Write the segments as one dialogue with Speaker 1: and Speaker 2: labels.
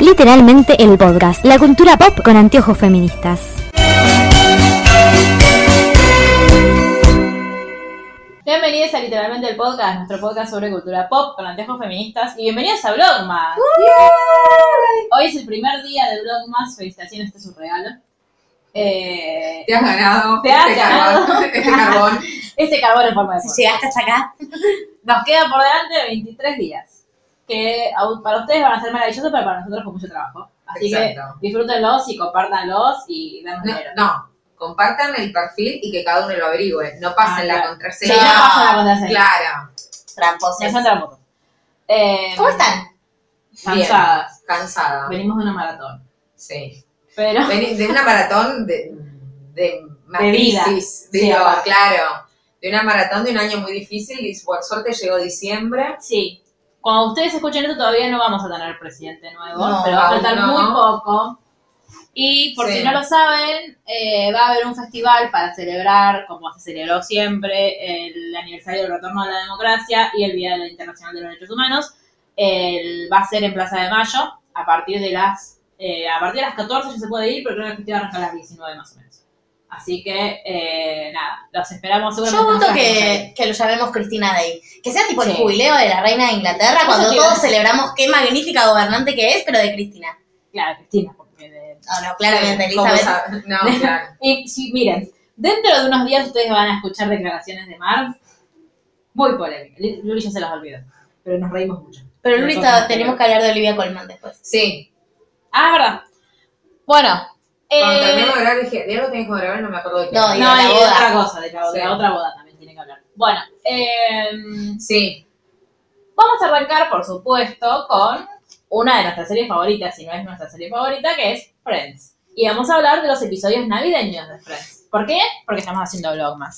Speaker 1: literalmente el podcast, la cultura pop con anteojos feministas.
Speaker 2: Bienvenidos a literalmente el podcast, nuestro podcast sobre cultura pop con anteojos feministas y bienvenidos a Blogmas. Hoy es el primer día de Blogmas, felicitaciones, este es un regalo. Eh,
Speaker 3: Te has ganado.
Speaker 2: Te has
Speaker 3: este
Speaker 2: ganado.
Speaker 3: Carbón, este carbón.
Speaker 2: este carbón en forma de fuego.
Speaker 4: Si llegaste hasta acá,
Speaker 2: Nos queda por delante 23 días, que au- para ustedes van a ser maravillosos, pero para nosotros con mucho trabajo. Así
Speaker 3: Exacto.
Speaker 2: que disfrútenlos y compártanlos y denos
Speaker 3: No,
Speaker 2: dinero.
Speaker 3: no, compartan el perfil y que cada uno lo averigüe. No
Speaker 2: Ah,
Speaker 3: pasen la
Speaker 2: claro.
Speaker 3: contraseña.
Speaker 2: Sí, no pasen la contraseña.
Speaker 3: Clara.
Speaker 2: Nos
Speaker 4: tramposos.
Speaker 2: entran motos. Eh,
Speaker 4: ¿Cómo están?
Speaker 3: Bien.
Speaker 2: Cansadas.
Speaker 3: Cansada.
Speaker 2: Venimos de una maratón.
Speaker 3: Sí.
Speaker 2: Pero
Speaker 3: Vení de una maratón de, de matrices.
Speaker 2: vida.
Speaker 3: Digo,
Speaker 2: Sí, aparte.
Speaker 3: claro. De una maratón de un año muy difícil y por suerte llegó diciembre.
Speaker 2: Sí. Cuando ustedes escuchen esto todavía no vamos a tener presidente nuevo,
Speaker 3: No,
Speaker 2: pero va a
Speaker 3: aún
Speaker 2: faltar
Speaker 3: no.
Speaker 2: muy poco. Y por
Speaker 3: Sí.
Speaker 2: si no lo saben, eh, va a haber un festival para celebrar, como se celebró siempre, el aniversario del retorno de la democracia y el Día de la Internacional de los Derechos Humanos. El- va a ser en Plaza de Mayo a partir de las eh, a partir de las 14 ya se puede ir, pero creo que el festival arranca a las 19 más o menos. Así que, eh, nada, los esperamos.
Speaker 4: Yo
Speaker 2: seguramente
Speaker 4: voto
Speaker 2: nos vemos ahí.
Speaker 4: que, que lo llamemos Cristina Day. Que sea tipo el
Speaker 2: Sí.
Speaker 4: jubileo de la reina de Inglaterra,
Speaker 2: Eso
Speaker 4: cuando
Speaker 2: te iba a
Speaker 4: todos
Speaker 2: decir.
Speaker 4: celebramos qué magnífica gobernante que es, pero de Cristina.
Speaker 2: Claro, Cristina, porque de,
Speaker 4: No, no, claramente,
Speaker 3: ¿Cómo
Speaker 4: Elizabeth.
Speaker 3: sabe? No, claro.
Speaker 2: Y sí, miren, dentro de unos días ustedes van a escuchar declaraciones de Mar muy polémicas. L- Luli ya se las olvidó, pero nos reímos mucho.
Speaker 4: Pero Luli,
Speaker 2: Entonces,
Speaker 4: tenemos que hablar de Olivia Colman después.
Speaker 3: Sí.
Speaker 2: Ah, verdad. Bueno.
Speaker 3: Cuando
Speaker 2: eh,
Speaker 3: terminé de grabar dije, de algo tenés que grabar, no me acuerdo de qué.
Speaker 4: No,
Speaker 2: no,
Speaker 4: y
Speaker 2: y
Speaker 4: de la boda.
Speaker 2: otra cosa, de la, de la
Speaker 3: Sí.
Speaker 2: otra boda también tiene que hablar. Bueno, eh,
Speaker 3: Sí.
Speaker 2: Vamos a arrancar, por supuesto, con una de nuestras series favoritas, si no es nuestra serie favorita, que es Friends. Y vamos a hablar de los episodios navideños de Friends. ¿Por qué? Porque estamos haciendo vlogmas.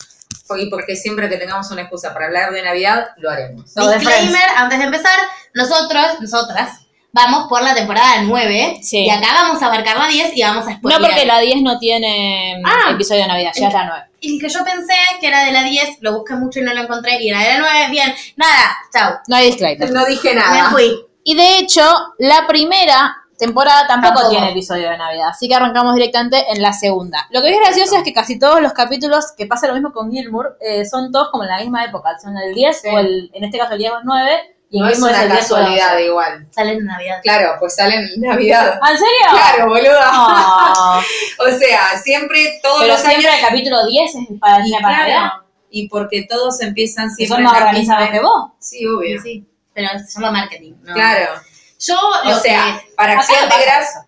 Speaker 3: Y porque siempre que tengamos una excusa para hablar de Navidad, lo haremos.
Speaker 2: Todo de
Speaker 4: Disclaimer, antes de empezar, nosotros, nosotras, vamos por la temporada 9
Speaker 2: Sí.
Speaker 4: y acá vamos a abarcar la 10 y vamos a
Speaker 2: No
Speaker 3: Pues,
Speaker 4: spoilear.
Speaker 2: porque la 10 no tiene mm,
Speaker 4: Ah.
Speaker 2: episodio de Navidad, ya es la 9.
Speaker 4: Y el que yo pensé que era de la 10, lo busqué mucho y no lo encontré, y era de la 9, bien, nada, chau,
Speaker 2: No hay disclaimer.
Speaker 3: No dije
Speaker 4: me
Speaker 3: nada.
Speaker 4: fui.
Speaker 2: Y de hecho, la primera temporada tampoco,
Speaker 4: Tampoco.
Speaker 2: tiene episodio de Navidad, así que arrancamos directamente en la segunda. Lo que es gracioso es que casi todos los capítulos, que pasa lo mismo con Gilmour, eh, son todos como en la misma época, son el 10
Speaker 3: Sí.
Speaker 2: o el, en este caso el 10 o el 9, y el
Speaker 3: No es
Speaker 2: mismo
Speaker 3: una
Speaker 2: el 10 o el 11.
Speaker 3: casualidad igual.
Speaker 4: Salen en Navidad.
Speaker 3: Claro, pues salen en Navidad.
Speaker 2: ¿Ah, ¿En serio?
Speaker 3: Claro, boluda.
Speaker 2: Oh,
Speaker 3: O sea, siempre todos
Speaker 2: pero
Speaker 3: los años.
Speaker 2: siempre el capítulo 10 es para el
Speaker 3: Y
Speaker 2: día para
Speaker 3: claro,
Speaker 2: Navidad.
Speaker 3: y porque todos empiezan
Speaker 2: Que
Speaker 3: siempre.
Speaker 2: son
Speaker 3: en
Speaker 2: más
Speaker 3: la
Speaker 2: organizados
Speaker 3: misma-
Speaker 2: que vos.
Speaker 3: Sí, obvio.
Speaker 4: Sí, pero se llama marketing. ¿no?
Speaker 3: Claro.
Speaker 4: Yo
Speaker 3: O
Speaker 4: lo
Speaker 3: sea,
Speaker 4: que-
Speaker 3: para
Speaker 2: Acá
Speaker 3: Acción
Speaker 2: pasa
Speaker 3: de Gracias.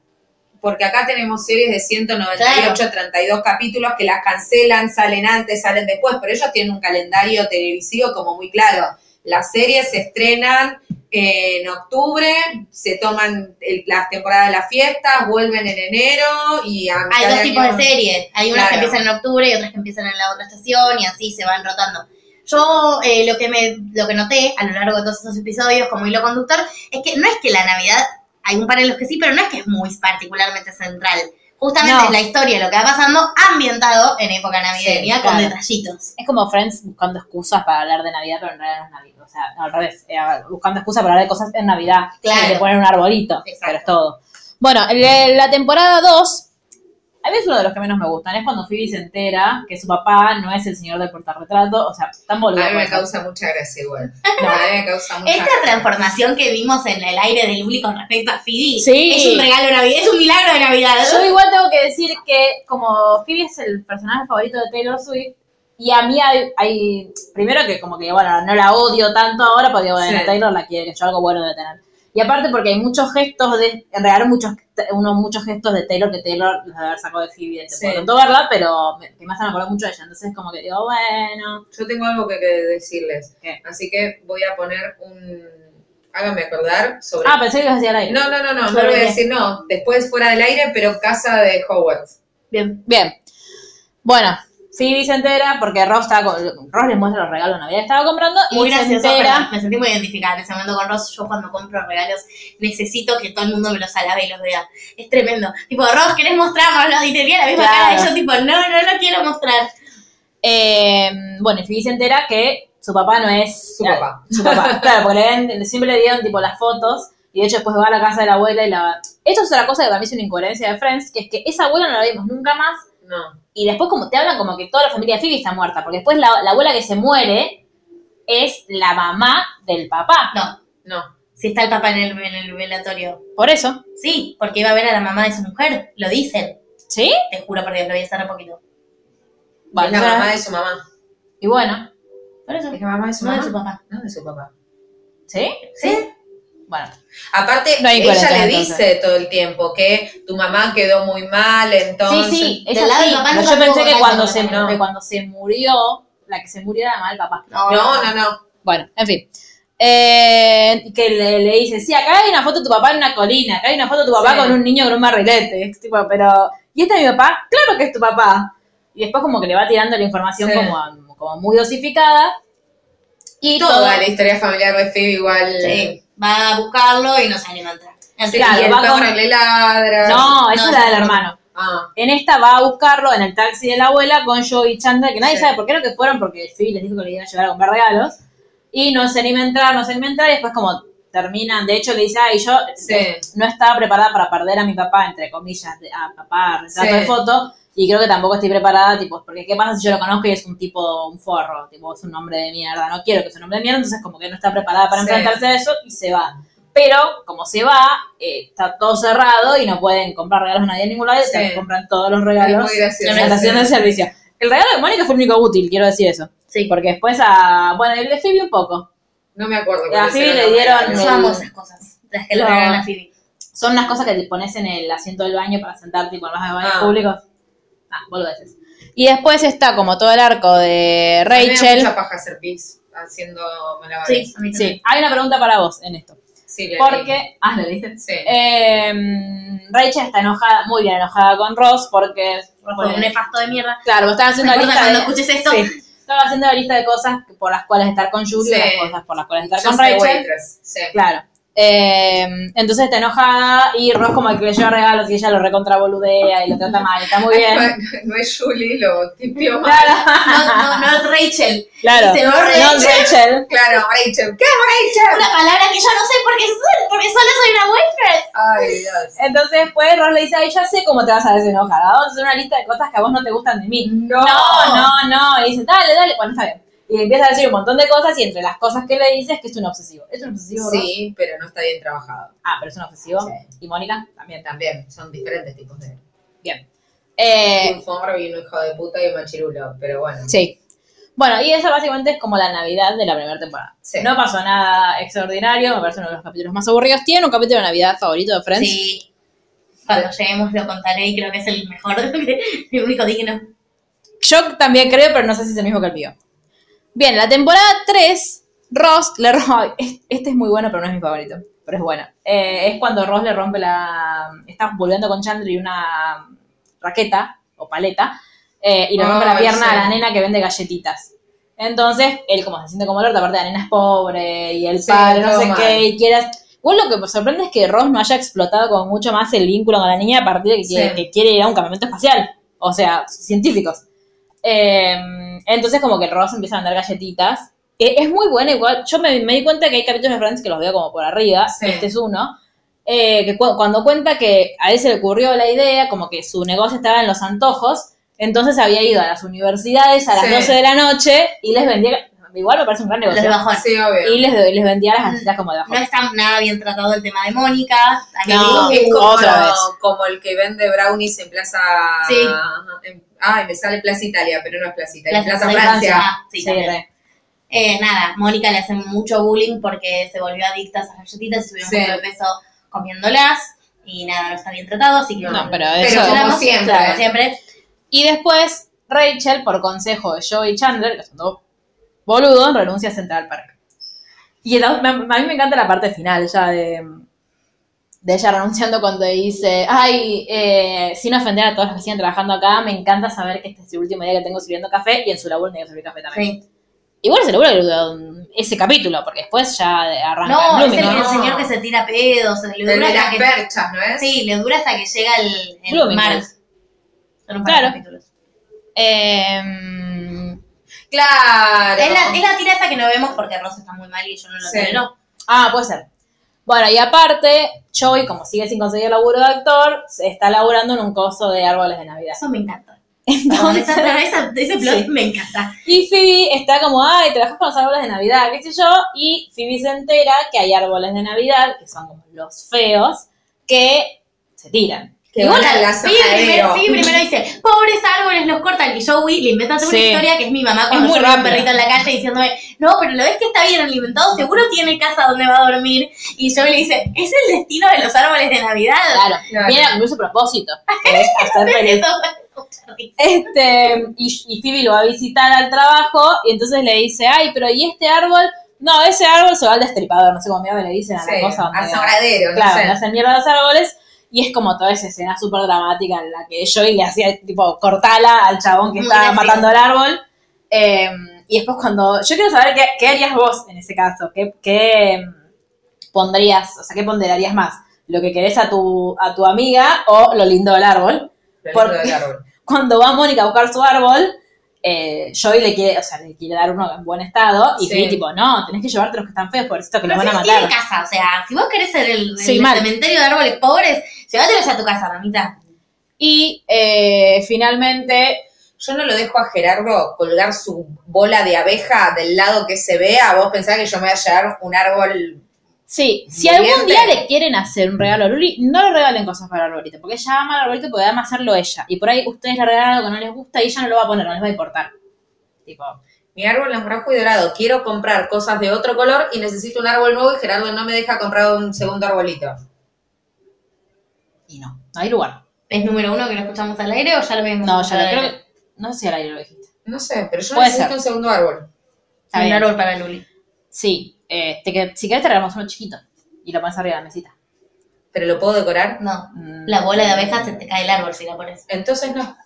Speaker 3: Porque acá tenemos series de 198, 32 capítulos que las cancelan, salen antes, salen después, pero ellos tienen un calendario televisivo como muy claro. Las series se estrenan en octubre, se toman el- la temporada de las fiestas, vuelven en enero y a mitad
Speaker 4: hay dos
Speaker 3: de
Speaker 4: tipos
Speaker 3: año-
Speaker 4: de series. Hay unas que
Speaker 3: Claro.
Speaker 4: empiezan en octubre y otras que empiezan en la otra estación y así se van rotando. Yo eh, lo que me lo que noté a lo largo de todos esos episodios como hilo conductor es que no es que la Navidad, hay un par en los que sí, pero no es que es muy particularmente central. Justamente
Speaker 2: No.
Speaker 4: es la historia, lo que va pasando ambientado en época navideña
Speaker 2: Sí,
Speaker 4: con
Speaker 2: claro.
Speaker 4: detallitos.
Speaker 2: Es como Friends buscando excusas para hablar de Navidad, pero en realidad no es Navidad. O sea, no, al revés, eh, buscando excusas para hablar de cosas en Navidad.
Speaker 4: Claro.
Speaker 2: Y te ponen un arbolito,
Speaker 4: Exacto.
Speaker 2: pero es todo. Bueno, el- la temporada 2, a mí es uno de los que menos me gustan. Es cuando Phoebe se entera que su papá no es el señor del portarretrato. O sea, tan boludo.
Speaker 3: A mí
Speaker 2: por
Speaker 3: me
Speaker 2: eso.
Speaker 3: causa mucha gracia igual. A mí me causa mucha
Speaker 4: Esta
Speaker 3: gracia.
Speaker 4: transformación que vimos en el aire del Luli con respecto a Phoebe
Speaker 2: Sí.
Speaker 4: es un regalo de Navidad, es un milagro de Navidad.
Speaker 2: Yo igual tengo que decir que como Phoebe es el personaje favorito de Taylor Swift, y a mí hay, hay- primero que como que, bueno, no la odio tanto ahora, porque digo, bueno,
Speaker 3: Sí.
Speaker 2: Taylor la quiere, yo algo bueno de tener. Y aparte porque hay muchos gestos de, en realidad muchos, uno, muchos gestos de Taylor que Taylor los debe haber sacado de Phoebe, de este
Speaker 3: Sí.
Speaker 2: sí. verla, pero me- que más se me acordó mucho de ella, entonces como que digo, bueno,
Speaker 3: Yo tengo algo que, que decirles.
Speaker 2: ¿Qué?
Speaker 3: Así que voy a poner un. Háganme acordar sobre.
Speaker 2: ah, pensé que ibas a decir al aire.
Speaker 3: no, no, no, no, no
Speaker 4: Sobre
Speaker 3: lo voy a
Speaker 4: qué.
Speaker 3: decir, no. Después fuera del aire, pero casa de Howard.
Speaker 4: Bien.
Speaker 2: Bien. Bueno, Phoebe se entera porque Ross, estaba con- Ross les muestra los regalos de Navidad que estaba comprando
Speaker 4: Muy
Speaker 2: y se
Speaker 4: gracioso,
Speaker 2: entera...
Speaker 4: perdón, me sentí muy identificada en ese momento con Ross. Yo cuando compro regalos necesito que todo el mundo me los alabe y los vea. Es tremendo. Tipo, Ross, ¿querés mostrárnoslos? Y tenía la misma
Speaker 2: Claro.
Speaker 4: cara y yo tipo, no, no lo quiero mostrar.
Speaker 2: Eh, bueno, y Phoebe se entera que su papá no es... eh,
Speaker 3: Su papá.
Speaker 2: Su papá, claro, porque le habían- siempre le dieron tipo las fotos Y de hecho después va a la casa de la abuela y la... Esto es otra cosa que para mí es una incoherencia de Friends, que es que esa abuela no la vimos nunca más.
Speaker 3: No.
Speaker 2: Y después como te hablan como que toda la familia de Phoebe está muerta, porque después la, la abuela que se muere es la mamá del papá.
Speaker 4: No,
Speaker 3: No.
Speaker 4: si está el papá en el, en el velatorio.
Speaker 2: Por eso.
Speaker 4: Sí, porque iba a ver a la mamá de su mujer, lo dicen.
Speaker 2: ¿Sí?
Speaker 4: Te juro por Dios, lo voy a hacer un poquito.
Speaker 2: Bueno,
Speaker 3: es la mamá de su mamá.
Speaker 2: Y bueno,
Speaker 4: Por eso,
Speaker 3: Es la mamá de su
Speaker 4: no
Speaker 3: mamá.
Speaker 4: de su papá.
Speaker 3: No, de su papá.
Speaker 2: ¿sí?
Speaker 4: ¿Sí?
Speaker 2: Bueno.
Speaker 3: Aparte,
Speaker 2: No hay
Speaker 3: ella
Speaker 2: coherencia,
Speaker 3: le
Speaker 2: entonces.
Speaker 3: dice todo el tiempo que tu mamá quedó muy mal, entonces.
Speaker 2: sí, sí,
Speaker 4: del
Speaker 2: ella
Speaker 4: lado
Speaker 2: sí.
Speaker 4: del papá
Speaker 2: Pero
Speaker 4: nunca
Speaker 2: yo pensé
Speaker 4: tuvo
Speaker 2: que
Speaker 4: contacto
Speaker 2: cuando,
Speaker 4: con
Speaker 2: se,
Speaker 4: la mamá.
Speaker 2: que cuando se murió, la que se murió era la mamá del papá.
Speaker 3: No, no, no.
Speaker 2: Bueno, en fin. Eh, que le, le dice, sí, acá hay una foto de tu papá en una colina, acá hay una foto de tu papá
Speaker 3: Sí.
Speaker 2: con un niño con un barrilete. Es tipo, pero, ¿y este es mi papá? Claro que es tu papá. Y después como que le va tirando la información
Speaker 3: Sí.
Speaker 2: como, como muy dosificada. Y todo,
Speaker 3: Toda la historia familiar de Phoebe igual.
Speaker 4: Sí. Va a buscarlo y no se anima a entrar. Así
Speaker 2: Claro,
Speaker 3: Y el
Speaker 4: que-
Speaker 2: va
Speaker 3: perro
Speaker 2: con-
Speaker 3: le ladra.
Speaker 2: No, esa es la
Speaker 4: No, esa
Speaker 2: del
Speaker 4: es la
Speaker 2: hermano.
Speaker 3: Ah,
Speaker 2: En esta va a buscarlo en el taxi de la abuela con Joey y Chandler, que nadie
Speaker 3: Sí.
Speaker 2: sabe por qué lo que fueron, porque Phoebe les dijo que le iban a llevar a comprar regalos. Y no se anima a entrar, no se anima a entrar, y después como terminan, de hecho le dice, ay, yo eh,
Speaker 3: sí.
Speaker 2: no estaba preparada para perder a mi papá, entre comillas, de- a papá, retrato
Speaker 3: Sí.
Speaker 2: de foto, y creo que tampoco estoy preparada, tipo, porque qué pasa si yo lo conozco y es un tipo, un forro, tipo, es un hombre de mierda, no quiero que sea un hombre de mierda, entonces como que no está preparada para
Speaker 3: Sí.
Speaker 2: enfrentarse a eso y se va. Pero, como se va, eh, está todo cerrado y no pueden comprar regalos a nadie en ningún lado,
Speaker 3: Sí.
Speaker 2: y se compran todos los
Speaker 3: Es
Speaker 2: regalos
Speaker 3: muy
Speaker 2: en
Speaker 3: gracioso.
Speaker 2: la estación de servicio. El regalo de Mónica fue el único útil, quiero decir eso.
Speaker 4: Sí.
Speaker 2: Porque después a, bueno, el de Phoebe un poco.
Speaker 3: No me acuerdo.
Speaker 2: A
Speaker 3: cuáles
Speaker 2: Phoebe
Speaker 3: eran
Speaker 2: le
Speaker 3: los
Speaker 2: dieron-
Speaker 3: regalos.
Speaker 4: Yo amo esas cosas. Las que le
Speaker 2: No.
Speaker 4: regalan a Phoebe.
Speaker 2: son las cosas que te pones en el asiento del baño para sentarte y cuando vas a baños
Speaker 3: Ah.
Speaker 2: públicos. Ah, boludeces. Y después está como todo el arco de
Speaker 3: A mí me da
Speaker 2: Rachel.
Speaker 3: mucha paja hacer pis haciendo malabares.
Speaker 4: Sí, a mí también.
Speaker 2: Sí, hay una pregunta para vos en esto.
Speaker 3: Sí, le
Speaker 2: Porque. Ah, lo dices.
Speaker 3: Sí.
Speaker 2: Rachel está enojada, muy bien enojada con Ross porque.
Speaker 4: Fue un nefasto de mierda.
Speaker 2: Claro, vos estabas haciendo
Speaker 4: Me
Speaker 2: la
Speaker 4: importa
Speaker 2: lista.
Speaker 4: cuando
Speaker 2: de-
Speaker 4: escuches esto.
Speaker 2: Sí. Estaba haciendo la lista de cosas por las cuales estar con Julie y
Speaker 3: Sí.
Speaker 2: las cosas por las cuales estar
Speaker 3: Just
Speaker 2: con
Speaker 3: a
Speaker 2: Rachel.
Speaker 3: waitress, Sí.
Speaker 2: Claro. Eh, entonces está enojada y Ross como que le lleva regalos y ella lo recontraboludea y lo trata mal. Está muy bien.
Speaker 3: No, no es Julie, lo tipió mal.
Speaker 2: Claro,
Speaker 4: No, no, no, Rachel.
Speaker 2: claro.
Speaker 4: Se
Speaker 2: no
Speaker 4: va Rachel.
Speaker 2: Rachel.
Speaker 3: Claro, Rachel. ¿Qué Rachel?
Speaker 4: Una palabra que yo no sé porque, porque solo soy una waitress.
Speaker 3: Ay, Dios.
Speaker 2: Entonces después Ross le dice, ay, ya sé cómo te vas a desenojada. Vamos a hacer una lista de cosas que a vos no te gustan de mí.
Speaker 3: No.
Speaker 2: No, no, no. Y dice, dale, dale. Bueno, está bien. Y le empieza a decir un montón de cosas y entre las cosas que le dice es que es un obsesivo. ¿Es un obsesivo? Ross?
Speaker 3: Sí, pero no está bien trabajado.
Speaker 2: Ah, pero es un obsesivo.
Speaker 3: Sí.
Speaker 2: Y Mónica también.
Speaker 3: También, son diferentes tipos de.
Speaker 2: Bien. Eh,
Speaker 3: Un forro y un hijo de puta y un machirulo, pero bueno.
Speaker 2: sí. Bueno, y esa básicamente es como la Navidad de la primera temporada.
Speaker 3: Sí.
Speaker 2: No pasó nada extraordinario, me parece uno de los capítulos más aburridos. ¿Tienen un capítulo de Navidad favorito de Friends?
Speaker 4: Sí. Cuando lleguemos lo contaré y creo que es el mejor, el único digno.
Speaker 2: Yo también creo, pero no sé si es el mismo que el mío. Bien, la temporada 3, Ross le roba. Este es muy bueno, pero no es mi favorito. Pero es bueno. Eh, es cuando Ross le rompe la. Está volviendo con Chandler y una raqueta o paleta. eh, y le rompe la
Speaker 3: Ay,
Speaker 2: pierna
Speaker 3: sí.
Speaker 2: a la nena que vende galletitas. Entonces, él como se siente como lord, aparte la nena es pobre y el
Speaker 3: Sí,
Speaker 2: padre, no
Speaker 3: todo
Speaker 2: sé
Speaker 3: mal.
Speaker 2: qué, y quieras. Igual lo que me sorprende es que Ross no haya explotado como mucho más el vínculo con la niña a partir de que,
Speaker 3: Sí.
Speaker 2: quiere, que quiere ir a un campamento espacial. O sea, científicos. Eh, entonces, como que Ross empieza a mandar galletitas. Eh, es muy buena, igual. Yo me, me di cuenta que hay capítulos de Friends que los veo como por arriba.
Speaker 3: Sí.
Speaker 2: Este es uno. Eh, que cu- cuando cuenta que a él se le ocurrió la idea, como que su negocio estaba en los antojos. Entonces había ido a las universidades a las
Speaker 3: Sí.
Speaker 2: 12 de la noche y les vendía. Igual me parece un gran
Speaker 4: Los de
Speaker 2: negocio.
Speaker 4: bajón.
Speaker 3: Sí, obvio.
Speaker 2: Y les, doy- les vendía las galletitas como de abajo.
Speaker 4: No está nada bien tratado el tema de Mónica. Ahí
Speaker 2: No.
Speaker 4: digo,
Speaker 3: es como,
Speaker 2: otra vez.
Speaker 3: como el que vende brownies en Plaza.
Speaker 4: Sí.
Speaker 3: en- ay, me sale Plaza Italia, pero no es Plaza Italia, es
Speaker 4: Plaza
Speaker 3: Plaza
Speaker 4: Francia.
Speaker 3: Francia.
Speaker 4: Ah, sí, también. Eh, nada, Mónica le hace mucho bullying porque se volvió adicta a esas galletitas y subió
Speaker 3: Sí.
Speaker 4: un montón de peso comiéndolas. Y nada, no está bien tratado, así que...
Speaker 2: No, pero
Speaker 3: Pero
Speaker 2: eso.
Speaker 3: como
Speaker 4: Mencionamos,
Speaker 3: siempre.
Speaker 4: claro, siempre.
Speaker 2: Y después, Rachel, por consejo de Joey y Chandler, que son dos boludos, renuncia a Central Park. Y el- me- a mí me encanta la parte final ya de, de ella renunciando cuando dice, ay, eh, sin ofender a todos los que siguen trabajando acá, me encanta saber que este es el último día que tengo sirviendo café y en su labor tenía que servir café también.
Speaker 4: Sí.
Speaker 2: Igual se logró ese capítulo, porque después ya arranca
Speaker 4: No,
Speaker 2: en
Speaker 4: es el,
Speaker 2: Blooming,
Speaker 4: el
Speaker 3: no.
Speaker 4: señor que se tira pedos. Le
Speaker 3: El
Speaker 4: dura
Speaker 3: de
Speaker 4: hasta
Speaker 3: las
Speaker 4: que-
Speaker 3: perchas, ¿no es?
Speaker 4: Sí, le dura hasta que llega el, el
Speaker 2: Blooming,
Speaker 4: mar.
Speaker 2: pues.
Speaker 4: Son un par de
Speaker 2: Claro.
Speaker 4: capítulos.
Speaker 2: Em,
Speaker 3: Claro.
Speaker 4: Es la, es la tira esa que no vemos porque Ross está muy mal y yo no lo
Speaker 3: Sí.
Speaker 4: tolero.
Speaker 2: Ah, puede ser. Bueno, y aparte, Joey, como sigue sin conseguir laburo de actor, se está laburando en un coso de árboles de Navidad.
Speaker 4: Eso me encanta. Perdón,
Speaker 2: Entonces,
Speaker 4: esa- esa- ese plot
Speaker 2: Sí.
Speaker 4: me encanta.
Speaker 2: y Phoebe está como, ay, trabajas con los árboles de Navidad, qué sé yo, y Phoebe se entera que hay árboles de Navidad, que son como los feos, que se tiran.
Speaker 3: Que
Speaker 4: Y
Speaker 3: van
Speaker 4: bueno,
Speaker 3: al
Speaker 4: Phoebe primero,
Speaker 3: asadero.
Speaker 4: Phoebe primero dice, pobres árboles, los cortan. Y Joey le inventa toda
Speaker 2: Sí.
Speaker 4: una historia que es mi mamá cuando
Speaker 2: muy
Speaker 4: yo veo un
Speaker 2: rápida.
Speaker 4: perrito en la calle diciéndome, no, pero lo ves que está bien alimentado, seguro tiene casa donde va a dormir. Y Joey le dice, es el destino de los árboles de Navidad.
Speaker 2: Claro,
Speaker 3: Claro.
Speaker 2: viene a cumplir su propósito, que es hacer feliz
Speaker 4: Eso me gusta.
Speaker 2: Este, y, y Phoebe lo va a visitar al trabajo y entonces le dice, ay, pero ¿y este árbol? No, ese árbol se va al destripador, no sé cómo mierda le dicen a la
Speaker 3: Sí,
Speaker 2: cosa. donde-
Speaker 3: asadero, no
Speaker 2: claro,
Speaker 3: sé.
Speaker 2: le hacen mierda a los árboles y es como toda esa escena súper dramática en la que Joey le hacía, tipo, cortala al chabón que
Speaker 4: Muy
Speaker 2: estaba
Speaker 4: gracioso.
Speaker 2: matando el árbol. Eh, y después cuando, yo quiero saber qué, qué harías vos en ese caso, qué, qué, em, pondrías, o sea, qué ponderarías más, lo que querés a tu, a tu amiga o lo lindo del árbol
Speaker 3: Pero
Speaker 2: Por-
Speaker 3: no del árbol.
Speaker 2: cuando va Mónica a buscar su árbol, eh, Joey le quiere, o sea, le quiere dar uno en buen estado y
Speaker 3: Sí.
Speaker 2: Phoebe tipo, no, tenés que llevarte los que están feos, por esto que los
Speaker 4: Pero
Speaker 2: van a
Speaker 4: Phoebe tiene
Speaker 2: matar.
Speaker 4: casa, o sea, si vos querés ser el,
Speaker 2: Sí,
Speaker 4: el
Speaker 2: mal.
Speaker 4: cementerio de árboles pobres, llévatelos a tu casa, mamita.
Speaker 2: Y eh, finalmente,
Speaker 3: Yo no lo dejo a Gerardo colgar su bola de abeja del lado que se vea. Vos pensás que yo me voy a llevar un árbol.
Speaker 2: sí, si
Speaker 3: Muy
Speaker 2: algún
Speaker 3: bien,
Speaker 2: día
Speaker 3: pero-
Speaker 2: le quieren hacer un regalo a Luli, no le regalen cosas para el arbolito, porque ella ama al arbolito porque además hacerlo ella. Y por ahí ustedes le regalan algo que no les gusta y ella no lo va a poner, no les va a importar. Tipo,
Speaker 3: Mi árbol es rojo y dorado. Quiero comprar cosas de otro color y necesito un árbol nuevo y Gerardo no me deja comprar un segundo arbolito.
Speaker 2: y no, no hay lugar.
Speaker 4: ¿Es número uno que lo escuchamos al aire o ya lo vimos?
Speaker 2: No, ya lo creo que, no sé si al aire lo dijiste.
Speaker 3: No sé, pero yo
Speaker 2: Puede
Speaker 3: necesito
Speaker 2: ser.
Speaker 3: un segundo árbol.
Speaker 2: Está
Speaker 4: Un
Speaker 2: bien.
Speaker 4: árbol para Luli.
Speaker 2: Sí, eh, te que- si querés te regalamos uno chiquito y lo pones arriba de la mesita.
Speaker 3: Pero lo puedo decorar.
Speaker 4: No,
Speaker 2: Mm.
Speaker 4: la bola de abejas se te cae el árbol si la pones.
Speaker 3: Entonces no.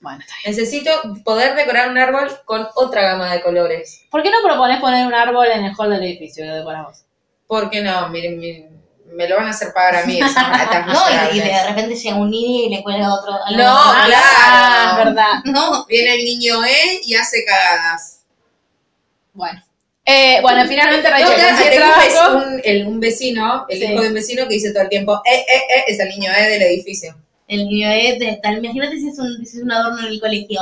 Speaker 2: Bueno, está bien.
Speaker 3: Necesito poder decorar un árbol con otra gama de colores.
Speaker 2: ¿Por qué no propones poner un árbol en el hall del edificio y lo decoras vos?
Speaker 3: Porque no, miren, miren, me lo van a hacer pagar a mí esas ratas
Speaker 4: No, y, y
Speaker 3: miserables.
Speaker 4: de repente llega un niño y le cuelga otro. a
Speaker 3: Ah,
Speaker 4: la
Speaker 3: No,
Speaker 4: mamá.
Speaker 3: claro.
Speaker 2: Ah, es verdad.
Speaker 4: No,
Speaker 3: Viene el niño E y hace cagadas.
Speaker 2: Bueno. Eh, bueno, finalmente
Speaker 3: No,
Speaker 2: Rachel
Speaker 3: claro,
Speaker 2: consigue
Speaker 3: tengo un vec-
Speaker 2: trabajo.
Speaker 3: un, el- un vecino, el
Speaker 2: Sí.
Speaker 3: hijo de un vecino que dice todo el tiempo, eh, eh, eh, es el niño E del edificio.
Speaker 4: el niño es de tal. Imagínate si es, un, si es un adorno en el colegio.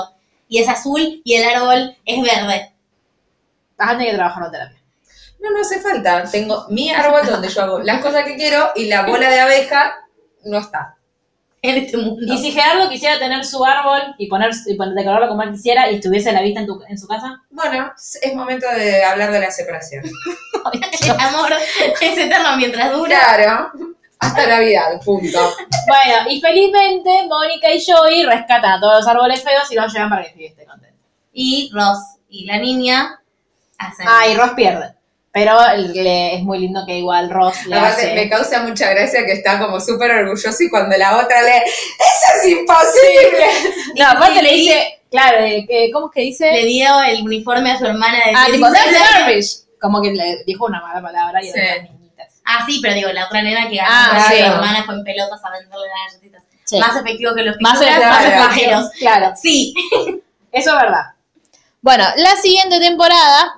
Speaker 4: Y es azul y el árbol es verde.
Speaker 2: Vas a tener Ah, que trabajar en terapia.
Speaker 3: No, no hace falta. Tengo mi árbol donde yo hago las cosas que quiero y la bola de abeja no está.
Speaker 4: En este mundo.
Speaker 2: Y si Gerardo quisiera tener su árbol y poner y pon- decorarlo como él quisiera y estuviese a la vista en, tu- en su casa,
Speaker 3: Bueno, es momento de hablar de la separación.
Speaker 4: Amor, es eterno mientras dura.
Speaker 3: Claro. Hasta Navidad, punto.
Speaker 2: bueno, y felizmente Mónica y Joey rescatan a todos los árboles feos y los llevan para que Phoebe esté este contenta.
Speaker 4: Y Ross y la niña hacen.
Speaker 2: Ah, y Ross pierde. Pero le- es muy lindo que igual Ross le
Speaker 3: Aparte,
Speaker 2: hace-
Speaker 3: me causa mucha gracia que está como súper orgulloso y cuando la otra lee, ¡Eso es imposible!
Speaker 2: No, aparte le dice, claro, eh, que- ¿cómo es que dice?
Speaker 4: le dio el uniforme a su hermana de
Speaker 2: Ah, tipo,
Speaker 4: 16
Speaker 2: that's
Speaker 4: años.
Speaker 2: garbage. Como que le dijo una mala palabra y
Speaker 3: Sí.
Speaker 2: otras niñitas.
Speaker 4: Ah, sí, pero digo, la otra nena que ganó
Speaker 2: Ah,
Speaker 4: con
Speaker 3: sí.
Speaker 4: su hermana fue en pelotas a venderle las galletitas. Más efectivo que los
Speaker 2: Más,
Speaker 4: pinturas,
Speaker 3: claro,
Speaker 4: más
Speaker 3: claro.
Speaker 4: pajeros.
Speaker 2: Claro,
Speaker 4: Sí.
Speaker 2: eso es verdad. Bueno, la siguiente temporada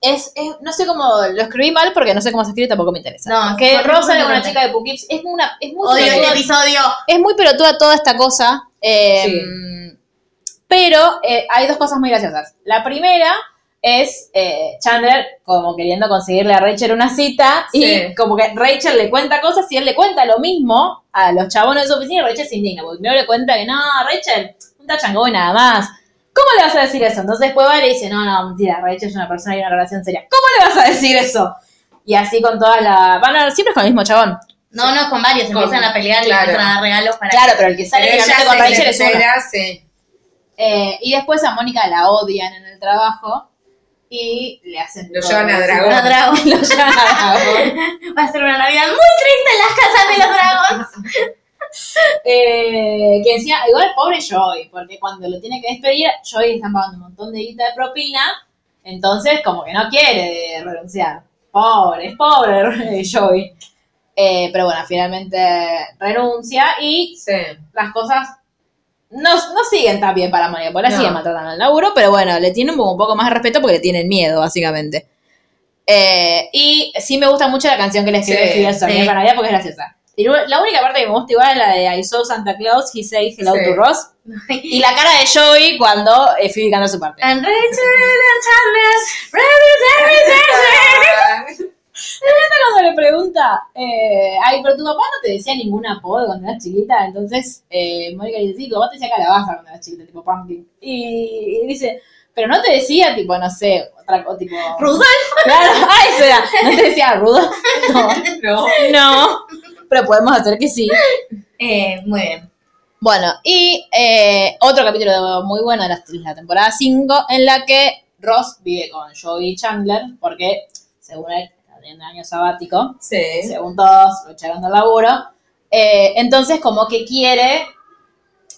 Speaker 2: es, es- no sé cómo, lo escribí mal porque no sé cómo se escribe, tampoco me interesa.
Speaker 4: No,
Speaker 2: que
Speaker 4: fue-
Speaker 2: Rosa era
Speaker 4: fue-
Speaker 2: una chica de Poughkeepsie, es una, es muy
Speaker 4: Odio este
Speaker 2: pelotuda.
Speaker 4: episodio.
Speaker 2: es muy pelotuda toda esta cosa. eh, Pero eh, hay dos cosas muy graciosas. La primera es eh, Chandler como queriendo conseguirle a Rachel una cita y
Speaker 3: Sí.
Speaker 2: como que Rachel le cuenta cosas y él le cuenta lo mismo a los chabones de su oficina y Rachel se indigna porque no le cuenta que no, Rachel, un tachango y nada más. ¿Cómo le vas a decir eso? Entonces después va y le dice, no, no, mentira, Rachel es una persona y una relación seria. ¿Cómo le vas a decir eso? Y así con toda la... Van a siempre es con el mismo chabón.
Speaker 4: No, no, con varios.
Speaker 3: Con-
Speaker 4: empiezan a pelear
Speaker 3: claro.
Speaker 4: y empiezan a dar regalos para.
Speaker 2: Claro, pero el que sale
Speaker 3: Pero
Speaker 2: finalmente con
Speaker 3: ella se
Speaker 2: Rachel es uno.
Speaker 3: entera, sí.
Speaker 2: Eh, y después a Mónica la odian en el trabajo y le hacen.
Speaker 3: Lo
Speaker 2: todo
Speaker 3: llevan a
Speaker 2: eso.
Speaker 3: Dragón.
Speaker 4: Los dragos.
Speaker 2: Lo llevan a Dragón.
Speaker 4: Va a ser una Navidad muy triste en las casas de los dragos.
Speaker 2: Eh, que decía, igual pobre Joey, porque cuando lo tiene que despedir, Joey le están pagando un montón de guita de propina, entonces como que no quiere renunciar. Pobre, es pobre eh, Joey. Eh, pero bueno, finalmente renuncia y
Speaker 3: Sí.
Speaker 2: las cosas no, no siguen tan bien para Mónica, porque la
Speaker 3: No.
Speaker 2: siguen maltratando en el laburo, pero bueno, le tienen como un poco más de respeto porque le tienen miedo, básicamente. Eh, y sí me gusta mucho la canción que le escribió
Speaker 3: Sí,
Speaker 2: Fidel Sonido
Speaker 4: sí.
Speaker 2: para Navidad porque es graciosa. Y luego, la única parte que me gusta igual es la de I saw Santa Claus, he said hello
Speaker 3: Sí.
Speaker 2: to Ross. Y la cara de Joey cuando eh, Phoebe canta su parte.
Speaker 4: And Rachel and Thomas, ready, ready, ready.
Speaker 2: cuando le pregunta, eh, ay, pero tu papá no te decía ningún apodo cuando eras chiquita, entonces eh, Mónica le dice, sí, tu papá te decía calabaza cuando eras chiquita, tipo pumpkin. Y, y dice, pero no te decía, tipo, no sé, otra cosa, tipo...
Speaker 4: Rudolph.
Speaker 2: Claro, ay, será, no te decía rudo. No,
Speaker 3: No.
Speaker 2: no, pero podemos hacer que sí.
Speaker 4: Eh, muy bien.
Speaker 2: Bueno, y eh, otro capítulo muy bueno de la, de la temporada 5, en la que Ross vive con Joey y Chandler, porque según él, está teniendo un año sabático
Speaker 3: Sí.
Speaker 2: según todos, lo echaron del laburo. Eh, entonces, como que quiere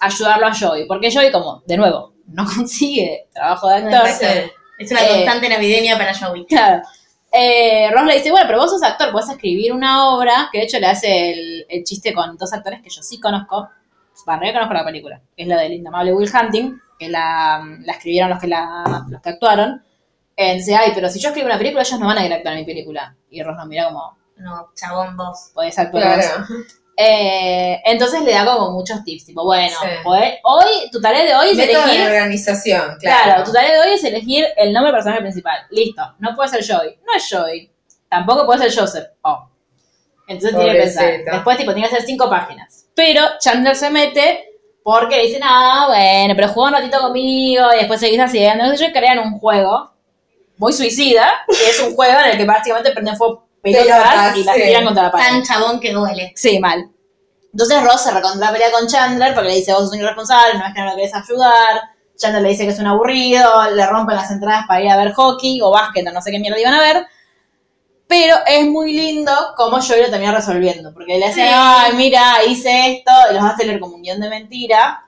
Speaker 2: ayudarlo a Joey, porque Joey, como, de nuevo, no consigue trabajo de actor.
Speaker 4: Exacto. Es una
Speaker 2: Eh.
Speaker 4: constante navideña para Joey.
Speaker 2: Claro. Eh, Ross le dice, bueno, pero vos sos actor, podés escribir una obra, que de hecho le hace el, el chiste con dos actores que yo sí conozco, bueno, yo conozco la película, que es la del indomable Will Hunting, que la, la escribieron los que, la, los que actuaron. Eh, dice, ay, pero si yo escribo una película, ellos no van a querer actuar en mi película. Y Ross nos mira como,
Speaker 4: No, chabón, vos.
Speaker 2: podés actuar vos".
Speaker 3: Claro.
Speaker 2: Eh, entonces le da como muchos tips, tipo, bueno,
Speaker 3: Sí.
Speaker 2: podés- hoy, tu tarea de hoy es
Speaker 3: Método de
Speaker 2: elegir.
Speaker 3: organización,
Speaker 2: Claro,
Speaker 3: claro.
Speaker 2: tu tarea de hoy es elegir el nombre del personaje principal. Listo, no puede ser Joey. No es Joey. Tampoco puede ser Joseph. Oh. Entonces tiene que pensar.
Speaker 3: Pobrecito.
Speaker 2: Después, tipo, tiene que hacer cinco páginas. Pero Chandler se mete porque le dicen, ah, bueno, pero jugó un ratito conmigo y después seguís haciendo. Entonces ellos crean un juego muy suicida, que es un juego en el que básicamente prenden fuego pelotas,
Speaker 3: Pelotas,
Speaker 2: y las
Speaker 3: sí.
Speaker 2: tiran contra la pared.
Speaker 4: Tan chabón que duele.
Speaker 2: Sí, mal. Entonces Ross se recontra pelea con Chandler porque le dice, vos sos un irresponsable, no es que no lo querés ayudar. Chandler le dice que es un aburrido, le rompen las entradas para ir a ver hockey o básquet o no sé qué mierda iban a ver. Pero es muy lindo como Joey lo termina resolviendo, porque le hace,
Speaker 4: Sí.
Speaker 2: ay, mira, hice esto, y los hace leer como un guión de mentira,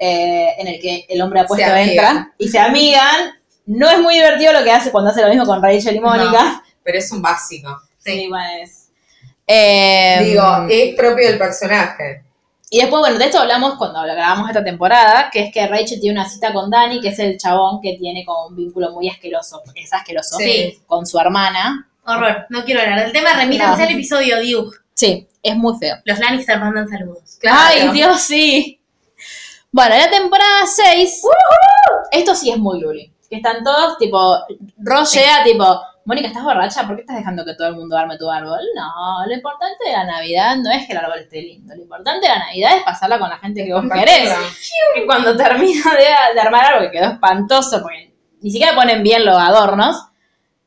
Speaker 2: eh, en el que el hombre apuesto
Speaker 3: amigan.
Speaker 2: entra y se amigan. No es muy divertido lo que hace cuando hace lo mismo con Rachel y Mónica.
Speaker 3: Pero es un básico.
Speaker 4: Sí.
Speaker 2: bueno, es. Eh,
Speaker 3: Digo, es propio del personaje.
Speaker 2: Y después, bueno, de esto hablamos cuando grabamos esta temporada, que es que Rachel tiene una cita con Danny, que es el chabón que tiene como un vínculo muy asqueroso, porque es asqueroso,
Speaker 3: Sí.
Speaker 2: con su hermana.
Speaker 4: Horror. No quiero hablar del tema. Remítanse
Speaker 2: No.
Speaker 4: al episodio Duke.
Speaker 2: Sí, es muy feo.
Speaker 4: Los Lannister mandan saludos.
Speaker 2: Ay, Dios, sí. Bueno, la temporada 6, esto sí es muy luli. Que están todos, tipo, Ross llega, tipo, Mónica, ¿estás borracha? ¿Por qué estás dejando que todo el mundo arme tu árbol? No, lo importante de la Navidad no es que el árbol esté lindo. Lo importante de la Navidad es pasarla con la gente que vos querés. que cuando termino de, de armar algo que quedó espantoso, porque ni siquiera ponen bien los adornos,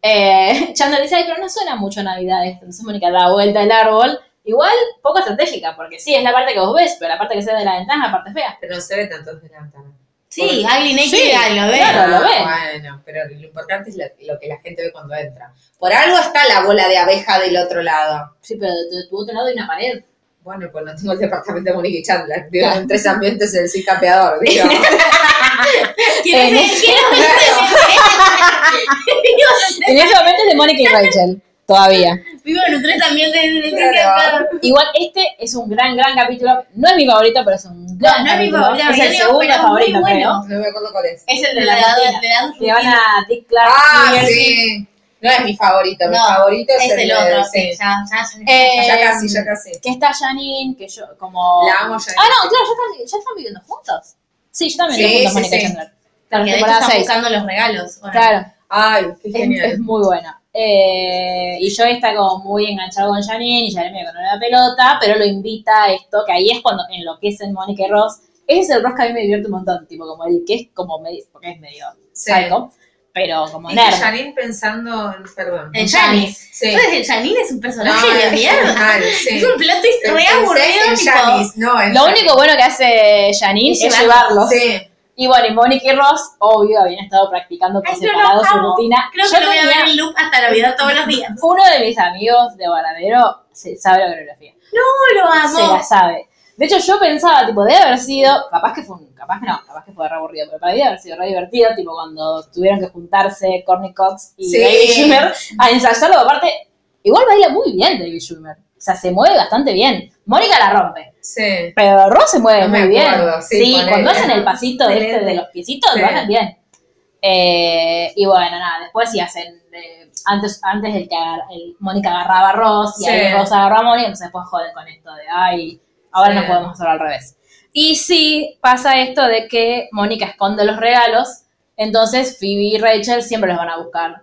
Speaker 2: eh, Chandler dice, ay, pero no suena mucho a Navidad esto. Entonces Mónica da vuelta el árbol. Igual, poco estratégica, porque sí, es la parte que vos ves, pero la parte que se ve de la ventana es la parte fea.
Speaker 3: Pero no se ve tanto de la ventana.
Speaker 4: Sí, Ugly Naked
Speaker 2: Sí,
Speaker 4: Gal, lo ven.
Speaker 2: claro. lo ven.
Speaker 3: Bueno, pero lo importante es lo, lo que la gente ve cuando entra. Por algo está la bola de abeja del otro lado.
Speaker 2: Sí, pero de, de tu otro lado hay una pared.
Speaker 3: Bueno, pues no tengo el departamento de Mónica y Chandler. Digo, en tres ambientes el sí capeador, digo.
Speaker 4: ¿Quién es ese? ¿Quién es ese?
Speaker 2: En ese momento es de Mónica y Rachel, todavía.
Speaker 4: Vivo en un tres ambientes de de-
Speaker 3: Claro.
Speaker 4: de-
Speaker 2: Igual, este es un gran, gran capítulo. No es mi favorito, pero es un gran
Speaker 4: no es mi
Speaker 2: capítulo.
Speaker 4: favorito,
Speaker 2: Es el
Speaker 4: pero
Speaker 2: segundo
Speaker 4: es muy
Speaker 2: favorito,
Speaker 4: bueno.
Speaker 2: creo.
Speaker 3: No me acuerdo cuál es.
Speaker 2: Es el de
Speaker 4: de
Speaker 2: la
Speaker 4: la-
Speaker 2: cantina.
Speaker 4: de la-
Speaker 2: Que van a Dick Clark.
Speaker 3: Ah,
Speaker 2: New Year's Eve.
Speaker 3: sí. No es mi favorito, mi
Speaker 4: No,
Speaker 3: favorito es,
Speaker 4: Es el
Speaker 3: de-
Speaker 4: otro,
Speaker 3: sí.
Speaker 4: sí. Ya, ya, ya.
Speaker 2: Eh,
Speaker 3: Ya casi, ya casi.
Speaker 2: que está Janine, que yo como...
Speaker 3: La amo, Janine.
Speaker 2: Ah, no, claro, ya están, ya están viviendo juntos. Sí, yo también
Speaker 3: Sí,
Speaker 2: vivo juntos,
Speaker 3: sí,
Speaker 2: Mónica y
Speaker 3: sí.
Speaker 2: Chandler. Claro,
Speaker 4: que de hecho
Speaker 2: temporada
Speaker 4: están
Speaker 2: 6.
Speaker 4: buscando los regalos. ¿o no?
Speaker 2: Claro,
Speaker 3: Ay, qué
Speaker 2: es, es
Speaker 3: genial.
Speaker 2: muy buena. Eh, y yo está como muy enganchado con Janine, y Janine medio que no le da pelota, pero lo invita a esto, que ahí es cuando enloquecen Mónica y Ross. Ese es el Ross que a mí me divierte un montón, tipo como el que es como medio, porque es medio
Speaker 3: Sí.
Speaker 2: psycho, pero como
Speaker 3: Dije
Speaker 2: nerd.
Speaker 3: Janine pensando en, perdón.
Speaker 4: En Janis.
Speaker 3: Sí.
Speaker 4: Entonces el Janine es un personaje
Speaker 3: No,
Speaker 4: de
Speaker 3: es
Speaker 4: mierda.
Speaker 3: genial, sí.
Speaker 4: Es un plot twist re
Speaker 3: Pensé
Speaker 4: aburrido,
Speaker 3: en
Speaker 4: tipo.
Speaker 3: Janis, no, en
Speaker 2: Lo
Speaker 3: Janis.
Speaker 2: único bueno que hace Janine
Speaker 4: Es
Speaker 2: es
Speaker 4: llevarlo.
Speaker 2: llevarlo.
Speaker 3: Sí.
Speaker 2: Y bueno, y Mónica y Ross, obvio, habían estado practicando por
Speaker 4: Ay, yo
Speaker 2: separado
Speaker 4: los
Speaker 2: su
Speaker 4: amo.
Speaker 2: rutina.
Speaker 4: Creo
Speaker 2: Yo
Speaker 4: que lo voy a
Speaker 2: tenía-
Speaker 4: ver en loop hasta Navidad todos los días.
Speaker 2: Uno de mis amigos de Baradero se sabe la coreografía.
Speaker 4: No lo
Speaker 2: Se la
Speaker 4: amo.
Speaker 2: sabe. De hecho, yo pensaba, tipo, debe haber sido, capaz que fue un, capaz que no, capaz que fue re aburrido, pero para mí debe haber sido re divertido, tipo, cuando tuvieron que juntarse Corny Cox y
Speaker 3: Sí.
Speaker 2: David Schumer a ensayarlo, aparte, igual baila muy bien David Schumer. O sea, se mueve bastante bien. Mónica la rompe,
Speaker 3: Sí.
Speaker 2: pero Ross se mueve
Speaker 3: No me
Speaker 2: muy bien.
Speaker 3: acuerdo, sí,
Speaker 2: sí,
Speaker 3: ponele.
Speaker 2: cuando hacen el pasito de, este de los piecitos,
Speaker 3: Sí.
Speaker 2: lo hacen bien. Eh, y bueno, nada, después sí hacen, eh, antes, antes del que agar- el- Mónica agarraba a Ross y
Speaker 3: Sí.
Speaker 2: ahí Ross agarró a Mónica, entonces después joden con esto de, ay, ahora
Speaker 3: Sí.
Speaker 2: no podemos hacerlo al revés. Y sí pasa esto de que Mónica esconde los regalos, entonces Phoebe y Rachel siempre los van a buscar.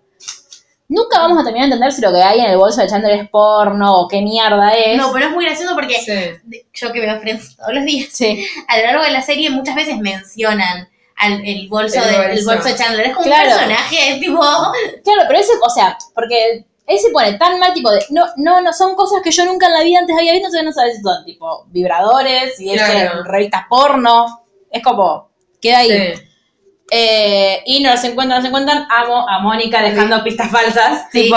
Speaker 2: Nunca vamos a terminar de entender si lo que hay en el bolso de Chandler es porno o qué mierda es.
Speaker 4: No, pero es muy gracioso porque de- yo que veo Friends todos los días,
Speaker 2: Sí.
Speaker 4: a lo largo de la serie muchas veces mencionan al, el, bolso
Speaker 3: El
Speaker 4: de, el
Speaker 3: bolso.
Speaker 4: bolso de Chandler. Es como
Speaker 2: Claro.
Speaker 4: un personaje, es tipo...
Speaker 2: Claro, pero ese, o sea, porque él se pone tan mal, tipo, de, no, no, no, son cosas que yo nunca en la vida antes había visto, entonces no sabes si son, tipo, vibradores, y ese,
Speaker 3: Claro.
Speaker 2: revistas porno, es como, queda ahí.
Speaker 3: Sí.
Speaker 2: Eh, y no los encuentran, no se encuentran, amo a Mónica dejando pistas falsas,
Speaker 4: Sí.
Speaker 2: tipo,